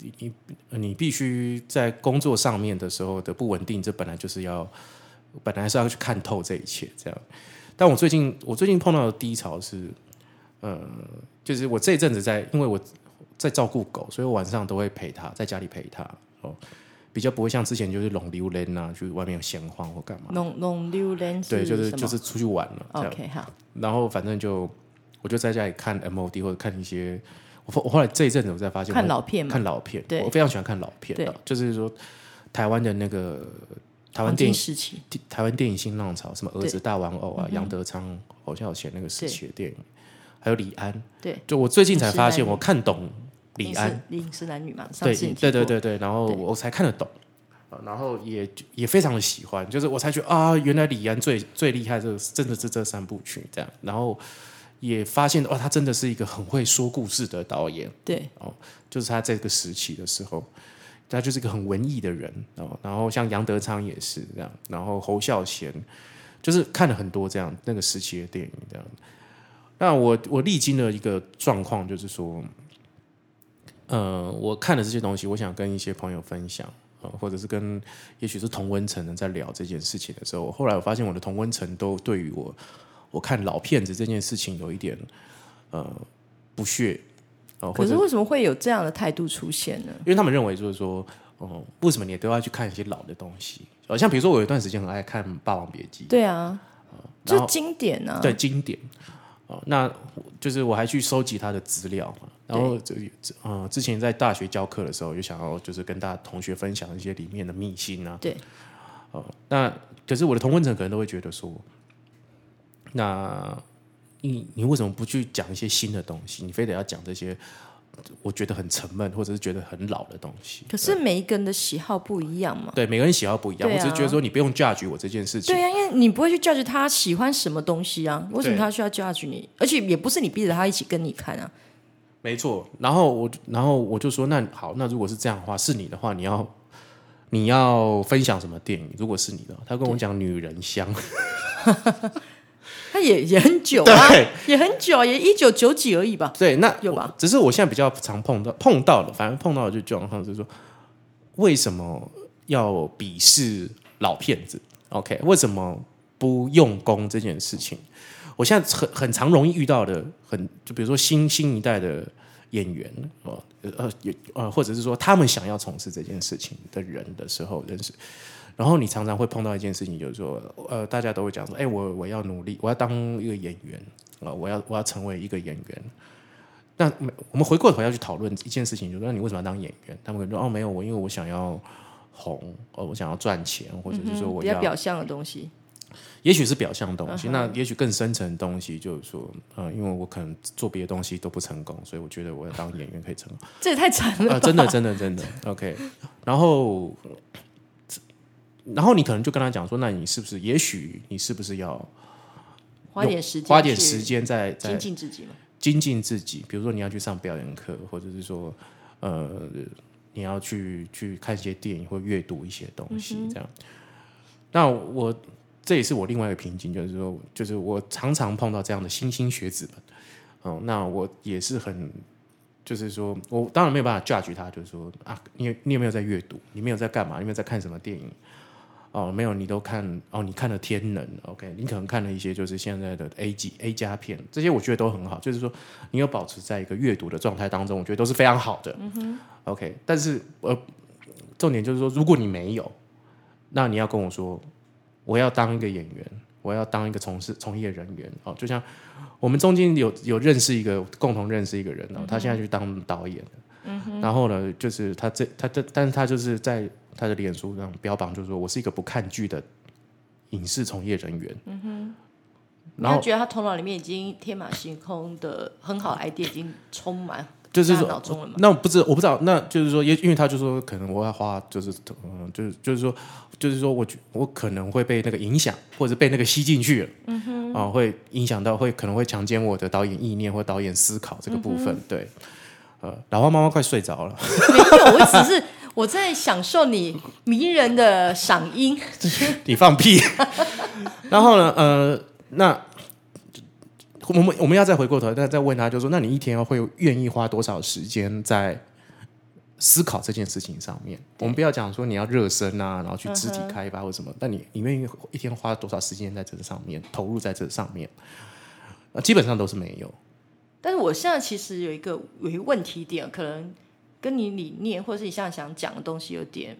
Speaker 1: 你你呃你必须在工作上面的时候的不稳定，这本来就是要本来是要去看透这一切这样。但我最近我最近碰到的低潮是，呃，就是我这一阵子在，因为我在照顾狗，所以我晚上都会陪它，在家里陪它哦，比较不会像之前就是拢溜人啊，去外面闲晃或干嘛。
Speaker 2: 弄弄榴莲
Speaker 1: 对，就是
Speaker 2: 嗯什么哦
Speaker 1: 就是出去玩了这样。
Speaker 2: OK 好，
Speaker 1: 然后反正就我就在家里看 MOD 或者看一些，我后我后来这一阵子我才发现我
Speaker 2: 看老片嘛，
Speaker 1: 看老片，
Speaker 2: 对
Speaker 1: 我非常喜欢看老片
Speaker 2: 对
Speaker 1: 啊，就是说台湾的那个台湾电
Speaker 2: 黄金
Speaker 1: 影
Speaker 2: 时期，
Speaker 1: 台湾电影新浪潮，什么儿子大玩偶啊
Speaker 2: 嗯，哼
Speaker 1: 杨德昌、侯孝贤那个时
Speaker 2: 对
Speaker 1: 期的电影，还有李安，
Speaker 2: 对，
Speaker 1: 就我最近才发
Speaker 2: 饮食
Speaker 1: 现
Speaker 2: 男女
Speaker 1: 我看懂李
Speaker 2: 饮
Speaker 1: 安
Speaker 2: 食，饮食男女嘛，上
Speaker 1: 对
Speaker 2: 次你提
Speaker 1: 对对
Speaker 2: 过，
Speaker 1: 对对，然后
Speaker 2: 对
Speaker 1: 我才看得懂，呃然后也也非常的喜欢，就是我才觉得啊，原来李安最最厉害，这真的是这三部曲这样，然后也发现哇，他真的是一个很会说故事的导演，
Speaker 2: 对
Speaker 1: 就是他这个时期的时候，他就是一个很文艺的人哦。然后像杨德昌也是这样，然后侯孝贤，就是看了很多这样那个时期的电影这样。那我我历经了一个状况，就是说，呃，我看了这些东西，我想跟一些朋友分享。呃或者是跟也许是同温层的在聊这件事情的时候，我后来我发现我的同温层都对于我我看老片子这件事情有一点呃不屑，呃，或
Speaker 2: 可
Speaker 1: 者
Speaker 2: 是为什么会有这样的态度出现呢？
Speaker 1: 因为他们认为就是说，哦、为什么你都要去看一些老的东西？好像比如说，我有一段时间很爱看《霸王别姬》，
Speaker 2: 对啊，
Speaker 1: 哦然
Speaker 2: 就
Speaker 1: 后
Speaker 2: 经典啊，
Speaker 1: 对经典。哦，那就是我还去收集他的资料嘛，然后这嗯、之前在大学教课的时候，就想要就是跟大家同学分享一些里面的秘辛啊。
Speaker 2: 对。
Speaker 1: 哦，那可是我的同温层可能都会觉得说，那你你为什么不去讲一些新的东西？你非得要讲这些我觉得很沉闷或者是觉得很老的东西？
Speaker 2: 可是每一个人的喜好不一样嘛。
Speaker 1: 对，每个人喜好不一样。
Speaker 2: 对啊
Speaker 1: 我只是觉得说，你不用 judge 我这件事情
Speaker 2: 对。呀、因啊为你不会去 judge 他喜欢什么东西啊，为什么他需要 judge 你？而且也不是你逼着他一起跟你看啊，
Speaker 1: 没错。然后我，然后我就说，那好，那如果是这样的话，是你的话，你要你要分享什么电影？如果是你的话，他跟我讲《女人香》，
Speaker 2: 他也也很久啊，
Speaker 1: 对
Speaker 2: 也很久啊，也一九九几而已吧。
Speaker 1: 对，那
Speaker 2: 有吧
Speaker 1: 我只是我现在比较常碰到碰到的，反正碰到的就状况就是说，为什么要鄙视老骗子？OK，为什么不用功这件事情？我现在很很常容易遇到的，很就比如说新新一代的演员哦，呃呃也呃，或者是说他们想要从事这件事情的人的时候认识。然后你常常会碰到一件事情，就是说，呃，大家都会讲说，哎、我我要努力，我要当一个演员啊、我要我要成为一个演员。那嗯我们回过头要去讨论一件事情，就是那你为什么要当演员？他们可能说，哦，没有我，因为我想要红，哦，我想要赚钱，或者是说我
Speaker 2: 嗯比
Speaker 1: 要、
Speaker 2: 较表象的东西，
Speaker 1: 也许是表象的东西，
Speaker 2: 嗯
Speaker 1: 那
Speaker 2: 哼
Speaker 1: 也许更深层的东西就是说，呃，因为我可能做别的东西都不成功，所以我觉得我要当演员可以成功。
Speaker 2: 这也太惨 了吧、
Speaker 1: 呃，真的，真的，真的，OK。然后，然后你可能就跟他讲说，那你是不是，也许你是不是要
Speaker 2: 花点时间，
Speaker 1: 花点时，间在在
Speaker 2: 精进自己嘛。
Speaker 1: 精进自己，比如说你要去上表演课，或者是说，呃，你要去去看一些电影或阅读一些东西，这样。那我这也是我另外一个瓶颈，就是说，就是我常常碰到这样的新兴学子们，哦，那我也是很，就是说我当然没有办法 judge 他，就是说啊，你有你有没有在阅读？你没有在干嘛？你有没有在看什么电影？哦，没有，你都看哦，你看了《天能》，OK，你可能看了一些就是现在的 A 级 A 加片，这些我觉得都很好，就是说你有保持在一个阅读的状态当中，我觉得都是非常好的。嗯、OK，但是呃，重点就是说，如果你没有，那你要跟我说，我要当一个演员，我要当一个从事从业人员哦，就像我们中间有有认识一个共同认识一个人哦，他现在去当导演了。嗯、然后呢，就是他这他这，但是他就是在他的脸书上标榜，就是说我是一个不看剧的影视从业人员。嗯
Speaker 2: 你
Speaker 1: 然后
Speaker 2: 要觉得他头脑里面已经天马行空的 很好的 idea 已经充满
Speaker 1: 就是
Speaker 2: 大
Speaker 1: 说
Speaker 2: 脑中了嘛。
Speaker 1: 那我不知我不知道，那就是说，也因为他就说，可能我要花，就是嗯，就是就是说，就是说我觉我可能会被那个影响，或者被那个吸进去了，嗯哼，啊、会影响到，会可能会强奸我的导演意念或导演思考这个部分，对，呃，老花妈妈快睡着了，
Speaker 2: 没有，我只是我在享受你迷人的嗓 音。
Speaker 1: 你放屁，然后呢，呃，那。我们我们要再回过头，再再问他，就说，那你一天会愿意花多少时间在思考这件事情上面，我们不要讲说你要热身啊，然后去肢体开发或什么，但你你愿意一天花多少时间在这上面，投入在这上面，呃，基本上都是没有。
Speaker 2: 但是我现在其实有一个有一个问题点，可能跟你理念或者是你现在想讲的东西有点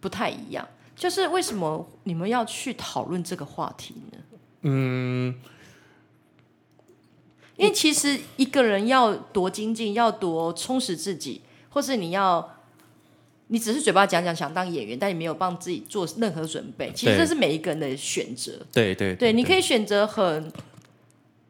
Speaker 2: 不太一样，就是为什么你们要去讨论这个话题呢？
Speaker 1: 嗯，
Speaker 2: 因为其实一个人要多精进，要多充实自己，或是你要，你只是嘴巴讲讲想当演员，但你没有帮自己做任何准备。其实
Speaker 1: 对
Speaker 2: 这是每一个人的选择。
Speaker 1: 对对
Speaker 2: 对，你可以选择很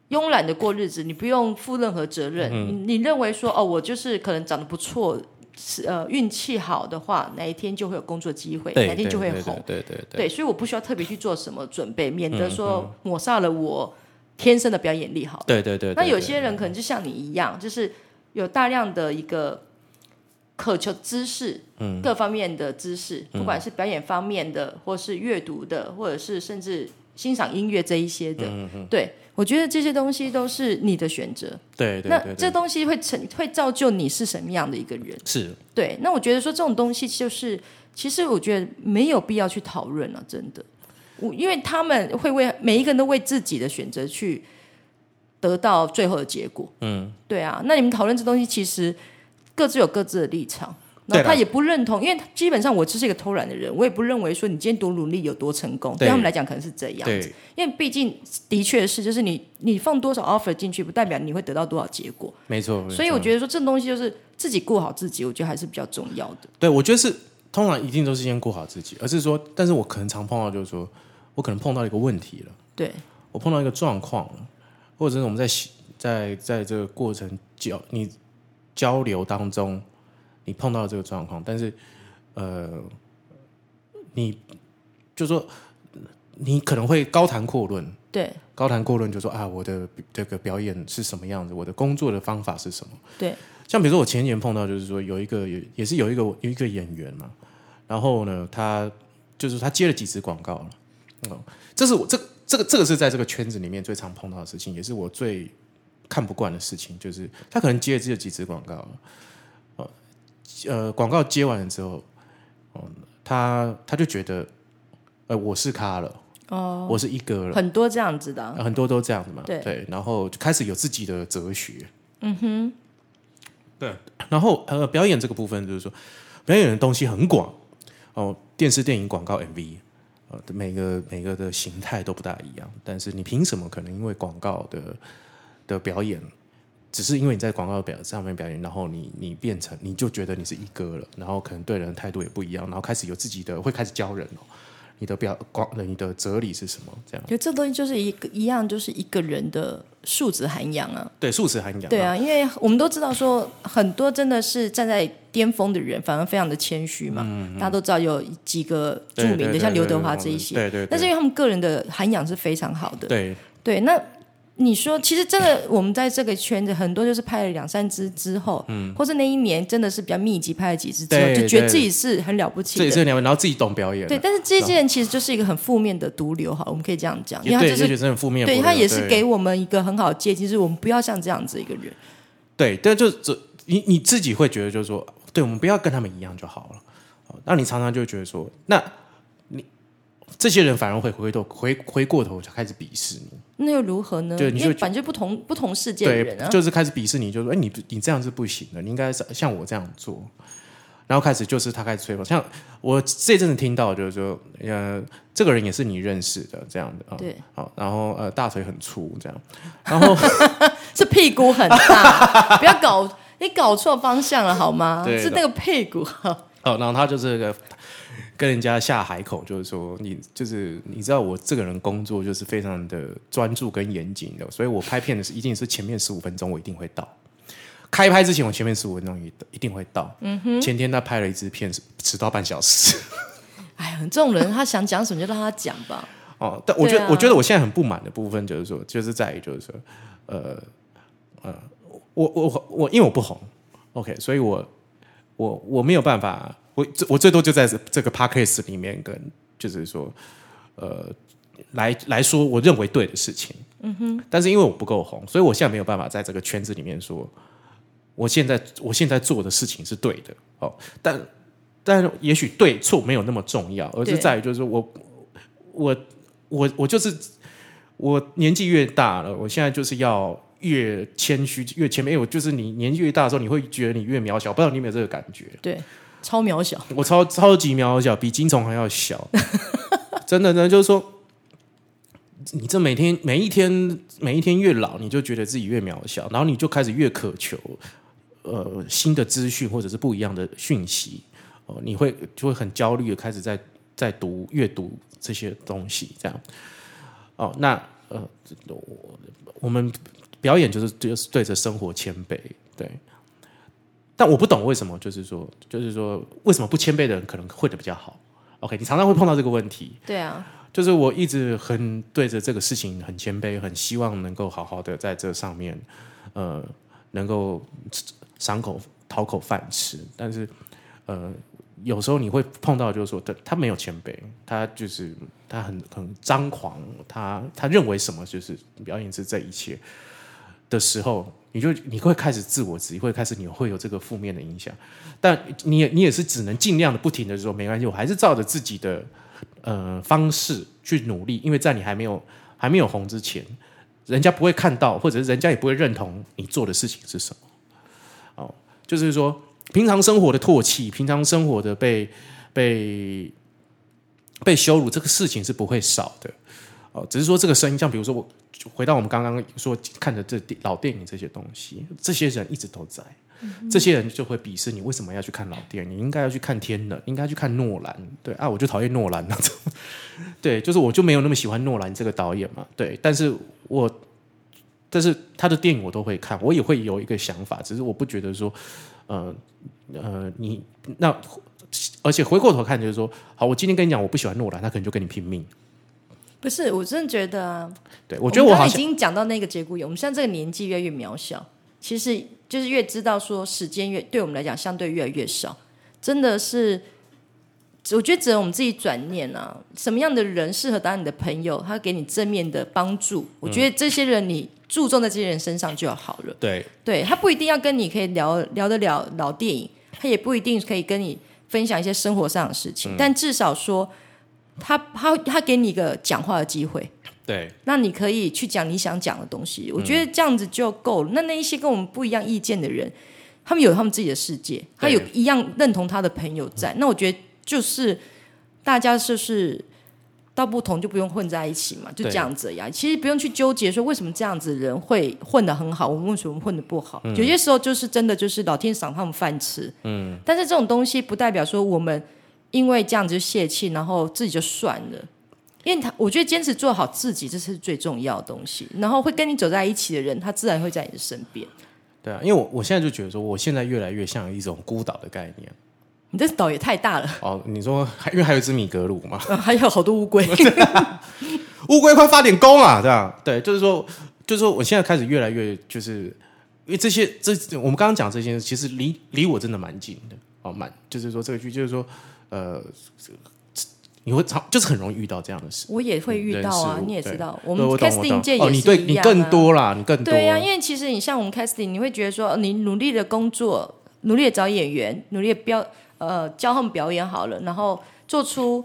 Speaker 2: 慵懒的过日子，你不用负任何责任。
Speaker 1: 嗯
Speaker 2: 你你认为说哦，我就是可能长得不错，是呃运气好的话，哪一天就会有工作机会，
Speaker 1: 对
Speaker 2: 哪一天就会
Speaker 1: 对
Speaker 2: 红。
Speaker 1: 对对对嗯
Speaker 2: 对，所以我不需要特别去做什么准备，免得说抹杀了我天生的表演力。好了。
Speaker 1: 对对对。
Speaker 2: 那有
Speaker 1: 对
Speaker 2: 些人可能就像你一样，就是有大量的一个渴求知识，
Speaker 1: 嗯
Speaker 2: 各方面的知识，不管是表演方面的，或是阅读的，或者是甚至欣赏音乐这一些的。
Speaker 1: 嗯
Speaker 2: 对我觉得这些东西都是你的选择。
Speaker 1: 对对
Speaker 2: 那
Speaker 1: 对
Speaker 2: 这
Speaker 1: 对
Speaker 2: 东西会成会造就你是什么样的一个人？
Speaker 1: 是
Speaker 2: 对，那我觉得说这种东西就是，其实我觉得没有必要去讨论了、真的。我因为他们会为每一个人都为自己的选择去得到最后的结果。嗯，对啊。那你们讨论这东西，其实各自有各自的立场。然
Speaker 1: 对
Speaker 2: 后
Speaker 1: 啦
Speaker 2: 他也不认同，因为基本上我就是一个偷懒的人，我也不认为说你今天多努力有多成功，
Speaker 1: 对
Speaker 2: 对他们来讲可能是这样。
Speaker 1: 对
Speaker 2: 因为毕竟的确是，就是你你放多少 offer 进去，不代表你会得到多少结果。
Speaker 1: 没错。
Speaker 2: 所以我觉得说这东西就是自己顾好自己，我觉得还是比较重要的。
Speaker 1: 对，我觉得是通常一定都是先顾好自己，而是说，但是我可能常碰到就是说，我可能碰到一个问题了，
Speaker 2: 对，
Speaker 1: 我碰到一个状况了，或者是我们在喜在在这个过程交你交流当中，你碰到这个状况，但是呃，你就说你可能会高谈阔论，
Speaker 2: 对，
Speaker 1: 高谈阔论就说啊，我的这个表演是什么样子，我的工作的方法是什么。
Speaker 2: 对，
Speaker 1: 像比如说我前年碰到，就是说有一个有也是有一个有一个演员嘛，然后呢，他就是他接了几支广告了，嗯，这是我这这个这个是在这个圈子里面最常碰到的事情，也是我最看不惯的事情，就是他可能接了这几支广告了，呃呃，广告接完了之后，嗯，他他就觉得，呃，我是咖了，哦，我是一哥了。
Speaker 2: 很多这样子的啊、
Speaker 1: 很多都这样子嘛。
Speaker 2: 对
Speaker 1: 然后就开始有自己的哲学。嗯哼，对。然后呃，表演这个部分就是说，表演的东西很广哦，电视、电影、广告、MV，呃，每个每个的形态都不大一样。但是你凭什么可能因为广告的的表演？只是因为你在广告表上面表演，然后你你变成你就觉得你是一哥了，然后可能对人的态度也不一样，然后开始有自己的会开始教人哦，你的表广你的哲理是什么这样？
Speaker 2: 就这东西就是一个一样，就是一个人的素质涵养啊。
Speaker 1: 对，素食涵养。
Speaker 2: 对啊，因为我们都知道说，很多真的是站在巅峰的人，反而非常的谦虚嘛。大家都知道有几个著
Speaker 1: 嗯对
Speaker 2: 名
Speaker 1: 对
Speaker 2: 的，
Speaker 1: 对
Speaker 2: 像刘
Speaker 1: 对
Speaker 2: 德
Speaker 1: 对
Speaker 2: 华
Speaker 1: 对
Speaker 2: 这一些，
Speaker 1: 对对，
Speaker 2: 但是
Speaker 1: 对
Speaker 2: 因为他们个人的涵养是非常好的。
Speaker 1: 对
Speaker 2: 对，那你说，其实真的，我们在这个圈子很多就是拍了两三支之后，或是那一年真的是比较密集拍了几支之后，
Speaker 1: 嗯对
Speaker 2: 就觉得
Speaker 1: 对
Speaker 2: 自己是很了不起
Speaker 1: 这
Speaker 2: 的
Speaker 1: 也。是两位，然后自己懂表演，
Speaker 2: 对，，但是这些人其实就是一个很负面的毒瘤，哈，我们可以这样讲，因为
Speaker 1: 也
Speaker 2: 他
Speaker 1: 对，
Speaker 2: 就
Speaker 1: 也
Speaker 2: 是
Speaker 1: 许是很负面的
Speaker 2: 对
Speaker 1: 部分，
Speaker 2: 他也是
Speaker 1: 对
Speaker 2: 给我们一个很好的借鉴，就是我们不要像这样子一个人。
Speaker 1: 对，但就这你你自己会觉得就是说，对我们不要跟他们一样就好了。哦那你常常就会觉得说，那你这些人反而会回头回回过头就开始鄙视你，
Speaker 2: 那又如何呢？
Speaker 1: 对你
Speaker 2: 因为
Speaker 1: 就
Speaker 2: 反正不同不同世界的
Speaker 1: 对
Speaker 2: 人，啊，
Speaker 1: 就是开始鄙视你，就说哎，你你这样是不行的，你应该是像我这样做。然后开始就是他开始吹捧，像我这阵子听到就是说，呃，这个人也是你认识的这样的啊，
Speaker 2: 对，
Speaker 1: 好，然后呃大腿很粗这样，然后
Speaker 2: 是屁股 很大，不要搞你搞错方向了好吗？
Speaker 1: 对
Speaker 2: 是那个屁股，
Speaker 1: 哦，然后他就是个跟人家下海口，就是说你就是你知道我这个人工作就是非常的专注跟严谨的，所以我拍片的是一定是前面十五分钟我一定会到。开拍之前，我前面十五分钟一一定会到。嗯哼，前天他拍了一支片，迟到半小时。
Speaker 2: 哎呀，这种人他想讲什么就让他讲吧。
Speaker 1: 哦，但我觉
Speaker 2: 对
Speaker 1: 得，
Speaker 2: 啊
Speaker 1: 我觉得我现在很不满的部分就是说，就是在于就是说，呃，呃，我我我我，因为我不红，OK，所以我我我没有办法，我最我最多就在这这个 p a c k a g e 里面跟就是说，呃，来来说我认为对的事情，嗯哼，但是因为我不够红，所以我现在没有办法在这个圈子里面说，我现在我现在做的事情是对的，哦，但但也许对错没有那么重要，而是
Speaker 2: 对
Speaker 1: 在于就是说我我我我就是我年纪越大了，我现在就是要越谦虚，越谦卑。哎因为我就是你年纪越大的时候，你会觉得你越渺小，不知道你有没有这个感觉？
Speaker 2: 对，超渺小，
Speaker 1: 我超超级渺小，比金虫还要小， 真的呢，就是说，你这每天每一天每一天越老，你就觉得自己越渺小，然后你就开始越渴求呃新的资讯或者是不一样的讯息，哦、你会就会很焦虑的开始在在读阅读这些东西，这样，哦，那呃，我我们表演就是就是对着生活谦卑，对。但我不懂为什么，就是说，就是说，为什么不谦卑的人可能会的比较好？OK，你常常会碰到这个问题，
Speaker 2: 对啊，
Speaker 1: 就是我一直很对着这个事情很谦卑，很希望能够好好的在这上面，呃，能够赏口讨口饭吃。但是，呃，有时候你会碰到，就是说他他没有谦卑，他就是他很很张狂，他他认为什么就是表演是这一切的时候，你就你会开始自我质疑，会开始你会有这个负面的影响。但你也你也是只能尽量的不停的说没关系，我还是照着自己的。呃方式去努力，因为在你还没有还没有红之前，人家不会看到，或者是人家也不会认同你做的事情是什么。哦，就是说，平常生活的唾弃，平常生活的被被被羞辱，这个事情是不会少的。哦，只是说这个声音，像比如说我回到我们刚刚说看着这电老电影这些东西，这些人一直都在。这些人就会鄙视你，为什么要去看老电影？你应该要去看天能，应该去看诺兰。对啊，我就讨厌诺兰那种。对，就是我就没有那么喜欢诺兰这个导演嘛。对，但是我，但是他的电影我都会看，我也会有一个想法，只是我不觉得说，呃呃，你那，而且回过头看就是说，好，我今天跟你讲我不喜欢诺兰，他可能就跟你拼命。
Speaker 2: 不是，我真的觉得啊，
Speaker 1: 对我觉得我
Speaker 2: 们刚
Speaker 1: 好
Speaker 2: 刚已
Speaker 1: 像
Speaker 2: 经讲到那个节骨眼，我们现在这个年纪越来越渺小，其实就是越知道说时间越对我们来讲相对越来越少，真的是，我觉得只能我们自己转念啊，什么样的人适合当你的朋友，他给你正面的帮助，我
Speaker 1: 嗯
Speaker 2: 觉得这些人你注重在这些人身上就好了。
Speaker 1: 对
Speaker 2: 对他不一定要跟你可以聊聊得了老电影，他也不一定可以跟你分享一些生活上的事情，但至少说他他他给你一个讲话的机会，
Speaker 1: 对
Speaker 2: 那你可以去讲你想讲的东西。我觉得这样子就够了。那那一些跟我们不一样意见的人，他们有他们自己的世界，他有一样认同他的朋友在。那我觉得就是大家就是道不同就不用混在一起嘛，就
Speaker 1: 对
Speaker 2: 这样子呀。其实不用去纠结说为什么这样子的人会混得很好，我们为什么混得不好。
Speaker 1: 嗯
Speaker 2: 有些时候就是真的就是老天赏他们饭吃。嗯，但是这种东西不代表说我们因为这样子就泄气，然后自己就算了。因为他，我觉得坚持做好自己，这是最重要的东西。然后会跟你走在一起的人，他自然会在你的身边。
Speaker 1: 对啊，因为我我现在就觉得说，我现在越来越像一种孤岛的概念。
Speaker 2: 你这岛也太大了，
Speaker 1: 哦，你说还因为还有一只米格鲁嘛？
Speaker 2: 还有好多乌 龟。
Speaker 1: 乌龟快发点功啊！这样对，就是说，就是说，我现在开始越来越就是，因为这些这我们刚刚讲这些，其实离离我真的蛮近的哦，蛮就是说这个剧就是说，呃，你会常就是很容易遇到这样的事。
Speaker 2: 我也会遇到
Speaker 1: 人
Speaker 2: 啊
Speaker 1: 事，物
Speaker 2: 你也知道，
Speaker 1: 对
Speaker 2: 们
Speaker 1: 我懂我
Speaker 2: casting
Speaker 1: 懂
Speaker 2: 界
Speaker 1: 哦，
Speaker 2: 也
Speaker 1: 你
Speaker 2: 是
Speaker 1: 对
Speaker 2: 一
Speaker 1: 你
Speaker 2: 样、啊
Speaker 1: 更多啦，你更多
Speaker 2: 对啊呀、因为其实你像我们 casting，你会觉得说，呃你努力的工作，努力的找演员，努力的表呃教他们表演好了，然后做出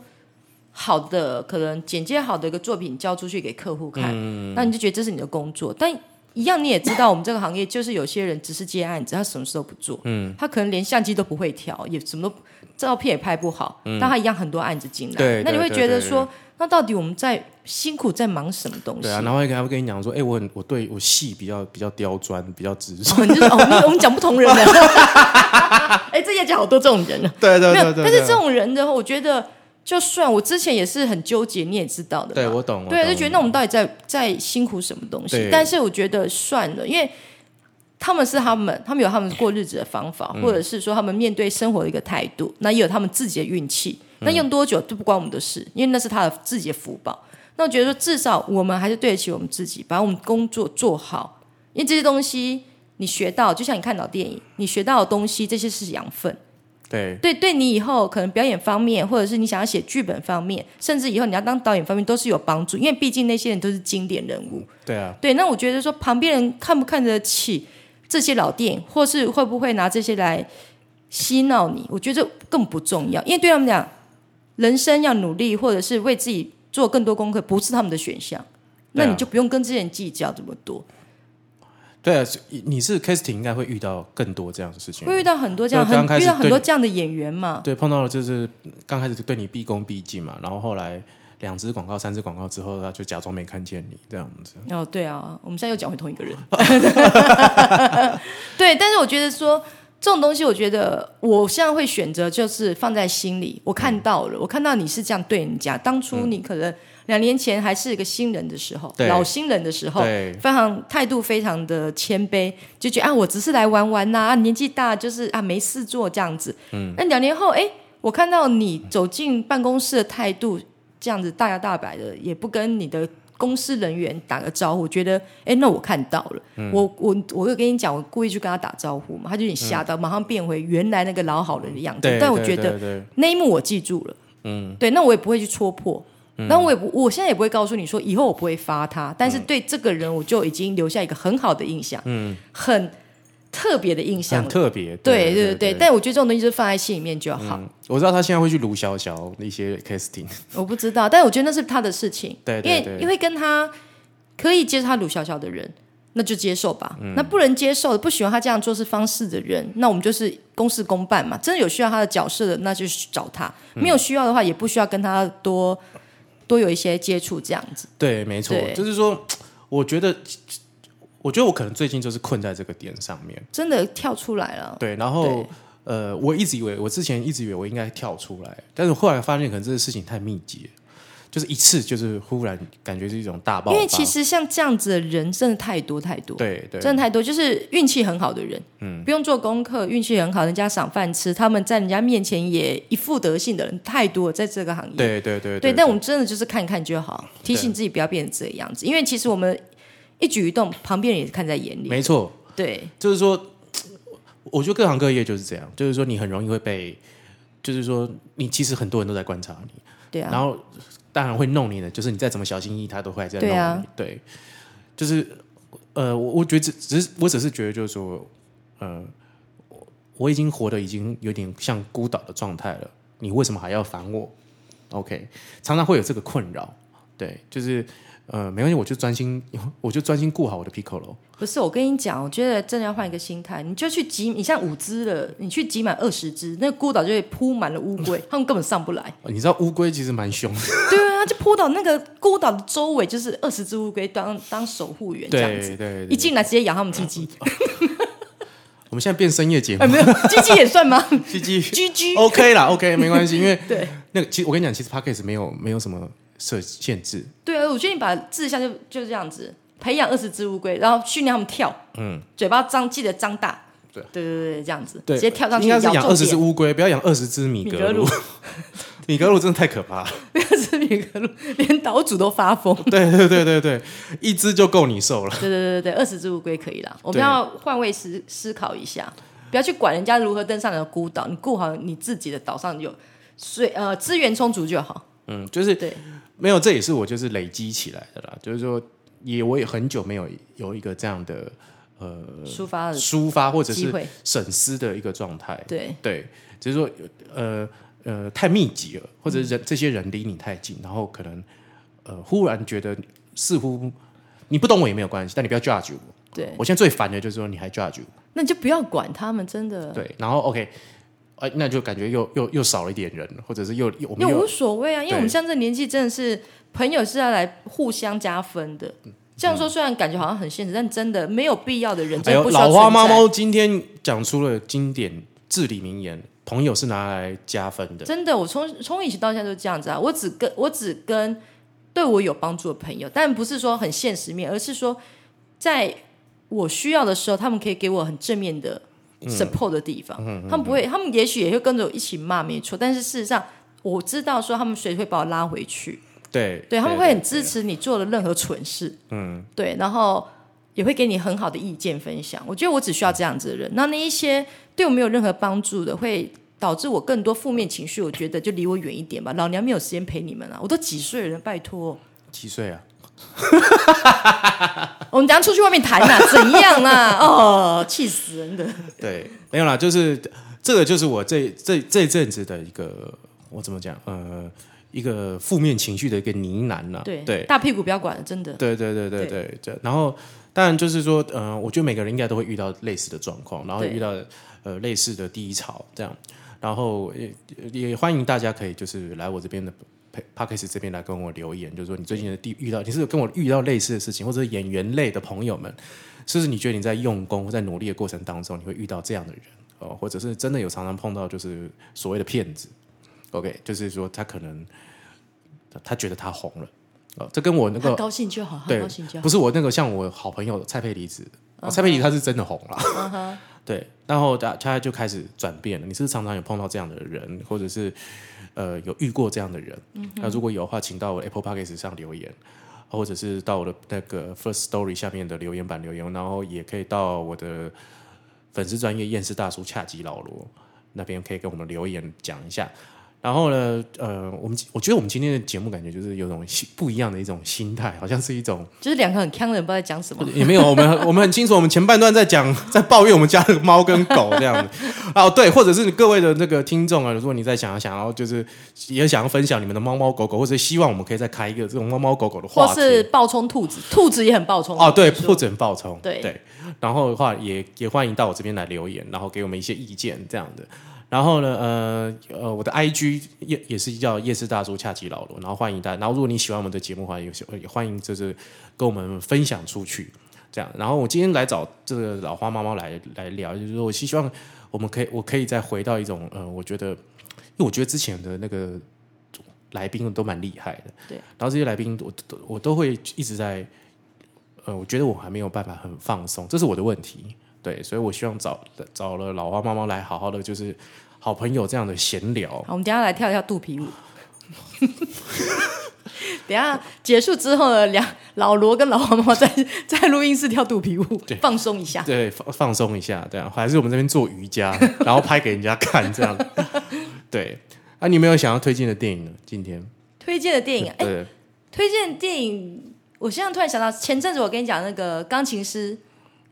Speaker 2: 好的可能剪接好的一个作品交出去给客户看，
Speaker 1: 嗯
Speaker 2: 那你就觉得这是你的工作，但。一样，你也知道，我们这个行业就是有些人只是接案子，他什么事都不做，嗯，他可能连相机都不会调，也什么都照片也拍不好，但他一样很多案子进来，
Speaker 1: 嗯对
Speaker 2: 那你
Speaker 1: 对
Speaker 2: 会
Speaker 1: 对
Speaker 2: 觉得
Speaker 1: 对
Speaker 2: 说，那到底我们在辛苦在忙什么东西？
Speaker 1: 对啊，然后还还会跟你讲说，哎，我很我对我戏比较比较刁钻，比较直率。
Speaker 2: 哦，你就是哦，你我们讲不同人了。 哎、这业界好多这种人啊，
Speaker 1: 对对
Speaker 2: 没
Speaker 1: 对
Speaker 2: 有，
Speaker 1: 对对，
Speaker 2: 但是这种人的话，我觉得就算我之前也是很纠结，你也知道的嘛，
Speaker 1: 对我懂，
Speaker 2: 对，
Speaker 1: 懂
Speaker 2: 就觉得那我们到底在在辛苦什么东西
Speaker 1: 对？
Speaker 2: 但是我觉得算了，因为他们是他们，他们有他们过日子的方法，
Speaker 1: 嗯
Speaker 2: 或者是说他们面对生活的一个态度，那也有他们自己的运气。
Speaker 1: 嗯
Speaker 2: 那用多久都不关我们的事，因为那是他的自己的福报。那我觉得说，至少我们还是对得起我们自己，把我们工作做好，因为这些东西你学到，就像你看到电影，你学到的东西，这些是养分。
Speaker 1: 对
Speaker 2: 对，对你以后可能表演方面，或者是你想要写剧本方面，甚至以后你要当导演方面，都是有帮助，因为毕竟那些人都是经典人物。
Speaker 1: 对啊，
Speaker 2: 对，那我觉得说旁边人看不看得起这些老电影，或是会不会拿这些来嬉闹你，我觉得这更不重要，因为对他们讲，人生要努力，或者是为自己做更多功课，不是他们的选项，那
Speaker 1: 对啊
Speaker 2: 你就不用跟这些人计较这么多。
Speaker 1: 对啊，所以你是 casting 应该会遇到更多这样的事情。
Speaker 2: 会遇到很多这样，
Speaker 1: 对刚
Speaker 2: 很
Speaker 1: 开始
Speaker 2: 遇到很
Speaker 1: 对
Speaker 2: 多这样的演员嘛。
Speaker 1: 对，碰到了就是刚开始对你毕恭毕敬嘛，然后后来两支广告、三支广告之后，他就假装没看见你这样子。
Speaker 2: 哦，对啊，我们现在又讲回同一 个人。对，但是我觉得说这种东西，我觉得我现在会选择就是放在心里。我看到
Speaker 1: 嗯
Speaker 2: 了，我看到你是这样对人家。当初你可能两年前还是一个新人的时候，
Speaker 1: 对
Speaker 2: 老新人的时候，
Speaker 1: 对
Speaker 2: 非常态度非常的谦卑，就觉得啊，我只是来玩玩呐、啊，年纪大就是啊没事做这样子。嗯，那两年后，哎，我看到你走进办公室的态度这样子大摇大摆的，也不跟你的公司人员打个招呼，觉得哎，那我看到了，
Speaker 1: 嗯
Speaker 2: 我我我有跟你讲，我故意去跟他打招呼嘛，他就有点吓到，马上变回原来那个老好人的样子。
Speaker 1: 嗯对，
Speaker 2: 但我
Speaker 1: 对
Speaker 2: 觉得
Speaker 1: 对对
Speaker 2: 那一幕我记住了，嗯，对，那我也不会去戳破，
Speaker 1: 嗯
Speaker 2: 那、我也不，我现在也不会告诉你说以后我不会发他，但是对这个人我就已经留下一个很好的印象，嗯，很特别的印象
Speaker 1: 很
Speaker 2: 了，
Speaker 1: 特别。
Speaker 2: 对
Speaker 1: 对
Speaker 2: 对对，但我觉得这种东西就放在心里面就好，
Speaker 1: 嗯我知道他现在会去卢小小一些 casting，
Speaker 2: 我不知道，但我觉得那是他的事情，
Speaker 1: 对对
Speaker 2: 因
Speaker 1: 对
Speaker 2: 为因为跟他可以接受他鲁小小的人。那就接受吧。
Speaker 1: 嗯
Speaker 2: 那不能接受的、不喜欢他这样做事方式的人，那我们就是公事公办嘛。真的有需要他的角色的，那就去找他；
Speaker 1: 嗯
Speaker 2: 没有需要的话，也不需要跟他多多有一些接触，这样子。
Speaker 1: 对，没错，
Speaker 2: 对
Speaker 1: 就是说，我觉得，我觉得我可能最近就是困在这个点上面。
Speaker 2: 真的跳出来了。
Speaker 1: 对，然后呃，我一直以为我之前一直以为我应该跳出来，但是后来发现可能这个事情太密集了，就是一次就是忽然感觉是一种大爆
Speaker 2: 因
Speaker 1: 发，
Speaker 2: 为其实像这样子的人真的太多太多，
Speaker 1: 对对
Speaker 2: 真的太多，就是运气很好的人，嗯，不用做功课，运气很好，人家赏饭吃，他们在人家面前也一副德性的人太多了，在这个行业。
Speaker 1: 对对对
Speaker 2: 对，但我们真的就是看看就好，提醒自己不要变成这个样子，因为其实我们一举一动，旁边人也看在眼里。
Speaker 1: 没错，
Speaker 2: 对，
Speaker 1: 就是说，我觉得各行各业就是这样，就是说你很容易会被，就是说你其实很多人都在观察你，
Speaker 2: 对啊，
Speaker 1: 然后当然会弄你的，就是你再怎么小心翼翼，他都会在弄你。
Speaker 2: 对啊
Speaker 1: 对就是呃，我我觉得只只是我只是觉得就是说，呃，我我已经活得已经有点像孤岛的状态了，你为什么还要烦我？OK，常常会有这个困扰。对，就是呃，没关系，我就专心， 我就专心顾好我的 piccolo。
Speaker 2: 不是，我跟你讲，我觉得真的要换一个心态，你就去挤，你像五只了，你去挤满二十只，那个孤岛就会铺满了乌 龟，他们根本上不来。
Speaker 1: 你知道乌龟其实蛮凶的，
Speaker 2: 对啊，就扑到那个孤岛的周围，就是二十只乌龟当当守护 员这样子
Speaker 1: 对。对
Speaker 2: 一
Speaker 1: 对。
Speaker 2: 进来直接咬他们鸡 鸡，
Speaker 1: 我们现在变深夜节目
Speaker 2: 哎，，没有鸡鸡也算吗？
Speaker 1: 继续。
Speaker 2: 鸡鸡
Speaker 1: OK 啦，OK 没关系，因为
Speaker 2: 对
Speaker 1: 那个其实我跟你讲，其实 Podcast 没有没有什么设限制，
Speaker 2: 对啊，我觉得你把志向就就这样子培养二十只乌龟，然后训练它们跳，嗯，嘴巴张记得张大，
Speaker 1: 对
Speaker 2: 对对对，这样子
Speaker 1: 对，
Speaker 2: 直接跳上去
Speaker 1: 应该是养
Speaker 2: 咬
Speaker 1: 二
Speaker 2: 重
Speaker 1: 十只
Speaker 2: 点。
Speaker 1: 乌龟，不要养二十只米
Speaker 2: 米
Speaker 1: 格
Speaker 2: 格
Speaker 1: 鲁
Speaker 2: 鲁，，
Speaker 1: 米格鲁真的太可怕了。
Speaker 2: 不要吃米格鲁，连岛主都发疯。
Speaker 1: 对对对对对，一只就够你受了。
Speaker 2: 对对对对对，二十只乌龟可以啦。我们
Speaker 1: 对
Speaker 2: 要换位思思考一下，不要去管人家如何登上你的孤岛，你顾好你自己的岛上有水呃资源充足就好。
Speaker 1: 嗯，就是
Speaker 2: 对
Speaker 1: 没有，这也是我就是累积起来的啦。就是说，也我也很久没有有一个这样的呃
Speaker 2: 抒发的
Speaker 1: 抒发或者
Speaker 2: 机
Speaker 1: 是
Speaker 2: 会，
Speaker 1: 省思的一个状态。
Speaker 2: 对
Speaker 1: 对，只是说呃呃太密集了，或者
Speaker 2: 嗯
Speaker 1: 人这些人离你太近，然后可能呃忽然觉得似乎你不懂我也没有关系，但你不要 judge 我。
Speaker 2: 对，
Speaker 1: 我现在最烦的就是说你还 judge 我，
Speaker 2: 那你就不要管他们，真的
Speaker 1: 对，然后 OK，哎、那就感觉又又又少了一点人，或者是又又我
Speaker 2: 也
Speaker 1: 们
Speaker 2: 无
Speaker 1: 又
Speaker 2: 所谓啊，因为
Speaker 1: 对
Speaker 2: 我们像这年纪真的是朋友是要来互相加分的。
Speaker 1: 嗯
Speaker 2: 这样说虽然感觉好像很现实，但真的没有必要的人
Speaker 1: 哎
Speaker 2: 真的
Speaker 1: 呦，
Speaker 2: 不需要
Speaker 1: 老
Speaker 2: 存在。
Speaker 1: 花猫猫今天讲出了经典至理名言，朋友是拿来加分的。
Speaker 2: 真的，我从从以前到现在都这样子啊。我只跟我只跟对我有帮助的朋友，但不是说很现实面，而是说在我需要的时候，他们可以给我很正面的
Speaker 1: 嗯
Speaker 2: support 的地方。他们不会，他们也许也会跟着我一起骂，没错。但是事实上，我知道说他们谁会把我拉回去，
Speaker 1: 对，
Speaker 2: 对他们会很支持你做的任何蠢事。嗯，对，然后。也会给你很好的意见分享。我觉得我只需要这样子的人。那那一些对我没有任何帮助的，会导致我更多负面情绪，我觉得就离我远一点吧。老娘没有时间陪你们了、啊我都几岁了，拜托，
Speaker 1: 几岁啊？
Speaker 2: 我们等一下出去外面谈啦、啊 怎样啦、哦，气死
Speaker 1: 啊
Speaker 2: 人的。
Speaker 1: 对，没有啦，就是这个就是我这这这阵子的一个我怎么讲？呃，一个负面情绪的一个呢喃了、
Speaker 2: 对
Speaker 1: 对
Speaker 2: 大屁股不要管了，真的。
Speaker 1: 对对对对对对。然后，当然就是说，呃，我觉得每个人应该都会遇到类似的状况，然后
Speaker 2: 对
Speaker 1: 遇到呃类似的低潮这样。然后也也欢迎大家可以就是来我这边的 p a c k a s 这边来跟我留言，就是说你最近的地遇到你是不是跟我遇到类似的事情，或者是演员类的朋友们，是不是你觉得你在用功或在努力的过程当中，你会遇到这样的人哦，或者是真的有常常碰到就是所谓的骗子，OK，就是说他可能他他觉得他红了。哦，这跟我那个
Speaker 2: 他高兴就好，他
Speaker 1: 对
Speaker 2: 高兴就好
Speaker 1: 不。是我那个像我好朋友蔡佩离子，哦蔡佩离她是真的红了。 对，然后他他就开始转变了。你是不是常常有碰到这样的人，或者是呃有遇过这样的人？那、如果有的话，请到我的 Apple Podcast 上留言，或者是到我的那个 First Story 下面的留言板留言，然后也可以到我的粉丝专业验尸大叔恰吉老罗那边可以跟我们留言讲一下。然后呢，呃，我们我觉得我们今天的节目感觉就是有种新不一样的一种心态，好像是一种
Speaker 2: 就是两个很坑的人，不知道在讲什么。
Speaker 1: 也没有，我们我们很清楚，我们前半段在讲在抱怨我们家的猫跟狗这样子。哦，对，或者是各位的那个听众啊，如果你在想要想要就是也想要分享你们的猫猫狗狗，或者希望我们可以再开一个这种猫猫狗狗的
Speaker 2: 或
Speaker 1: 话
Speaker 2: 是
Speaker 1: 题。
Speaker 2: 暴冲兔子，兔子也很暴冲
Speaker 1: 哦，对，
Speaker 2: 我跟你
Speaker 1: 不
Speaker 2: 说
Speaker 1: 准爆冲，
Speaker 2: 对
Speaker 1: 然后的话也也欢迎到我这边来留言，然后给我们一些意见这样的。然后呢，呃呃，我的 IG 也也是叫夜市大叔恰吉老罗，然后欢迎大家。然后如果你喜欢我们的节目的话，也也欢迎就是跟我们分享出去，这样。然后我今天来找这个老花猫猫来来聊，就是说我希望我们可以我可以再回到一种呃，我觉得，因为我觉得之前的那个来宾都蛮厉害的，
Speaker 2: 对。
Speaker 1: 然后这些来宾我都我都会一直在，呃，我觉得我还没有办法很放松，这是我的问题。对，所以我希望找找了老花猫猫来好好的就是好朋友这样的闲聊。
Speaker 2: 好，我们等一下来跳一跳肚皮舞。 等一下结束之后呢，两老罗跟老黄猫在在录音室跳肚皮舞，放松一下。
Speaker 1: 对，放放松一下，这样还是我们这边做瑜 伽，然后拍给人家看，这样。对，啊，你有没有想要推荐的电影呢？今天，
Speaker 2: 推荐的电影啊，哎、
Speaker 1: 对，
Speaker 2: 推荐的电影，我现在突然想到，前阵子我跟你讲那个钢琴师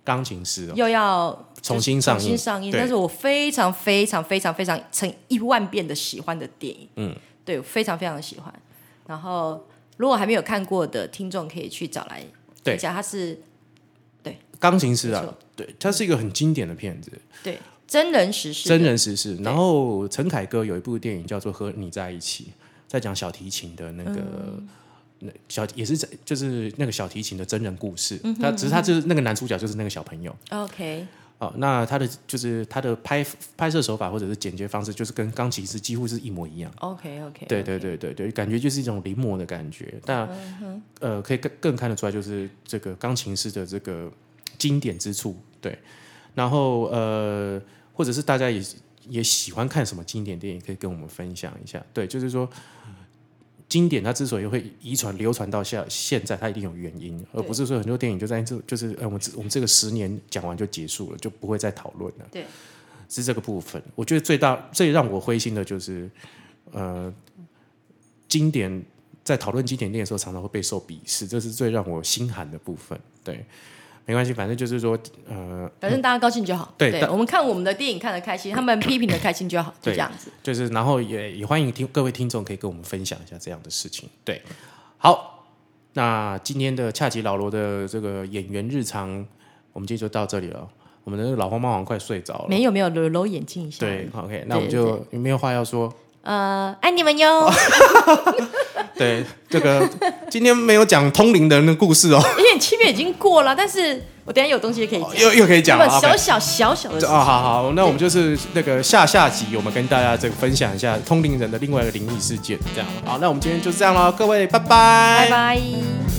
Speaker 1: 钢琴师哦，
Speaker 2: 又要
Speaker 1: 重新上映
Speaker 2: 重新上映，
Speaker 1: 对
Speaker 2: 但是我非常非常非常非常成一万遍的喜欢的电影，
Speaker 1: 嗯，
Speaker 2: 对，我非常非常地喜欢。然后如果还没有看过的听众可以去找来
Speaker 1: 对
Speaker 2: 看一下，它是
Speaker 1: 钢琴师
Speaker 2: 没
Speaker 1: 啊
Speaker 2: 错，
Speaker 1: 对，它是一个很经典的片子，
Speaker 2: 对真人实事的
Speaker 1: 真人实事。然后陈凯歌有一部电影叫做《和你在一起》，在讲小提琴的那个。
Speaker 2: 嗯
Speaker 1: 那小也是在就是那个小提琴的真人故事，
Speaker 2: 嗯
Speaker 1: 他、只是他就是那个男主角就是那个小朋友，
Speaker 2: OK，
Speaker 1: 哦，那他的就是他的拍拍摄手法或者是剪接方式，就是跟钢琴师几乎是一模一样。
Speaker 2: OK OK，
Speaker 1: 对对对对对，感觉就是一种临摹的感觉。但、
Speaker 2: 嗯
Speaker 1: 呃，可以更更看得出来，就是这个钢琴师的这个经典之处。对，然后呃，或者是大家也也喜欢看什么经典电影，可以跟我们分享一下。对，就是说。经典它之所以会遗传流传到下现在，它一定有原因，而不是说很多电影就在这就是呃我们这我们这个十年讲完就结束了，就不会再讨论了。
Speaker 2: 对，
Speaker 1: 是这个部分。我觉得最大最让我灰心的就是，呃，经典在讨论经典电影的时候，常常会备受鄙视，这是最让我心寒的部分。对，没关系，反正就是说，呃，
Speaker 2: 反正大家高兴就好。
Speaker 1: 对但
Speaker 2: 我们看我们的电影看得开心， 他们批评的开心就好，就
Speaker 1: 对
Speaker 2: 这样子。
Speaker 1: 就是然后也也欢迎听各位听众可以跟我们分享一下这样的事情。对，好，那今天的恰吉老罗的这个演员日常，我们今天就到这里了。哦我们的老黄猫好像快睡着了。
Speaker 2: 没有没有，揉揉眼睛一下。
Speaker 1: 对，，OK，那我们就没有话要说。
Speaker 2: 呃，爱你们
Speaker 1: 哦
Speaker 2: 哟，
Speaker 1: 对，这个今天没有讲通灵人的故事 哦，
Speaker 2: 因为七月已经过了，但是我等一下有东西可以讲。
Speaker 1: 又又可以哦讲了。啊
Speaker 2: 这么
Speaker 1: OK
Speaker 2: 小小小小的事
Speaker 1: 就
Speaker 2: 情
Speaker 1: 哦，好好，那我们就是那个下下集，我们跟大家这个分享一下通灵人的另外一个灵异事件，这样。好，那我们今天就这样喽，各位，拜拜
Speaker 2: 拜拜。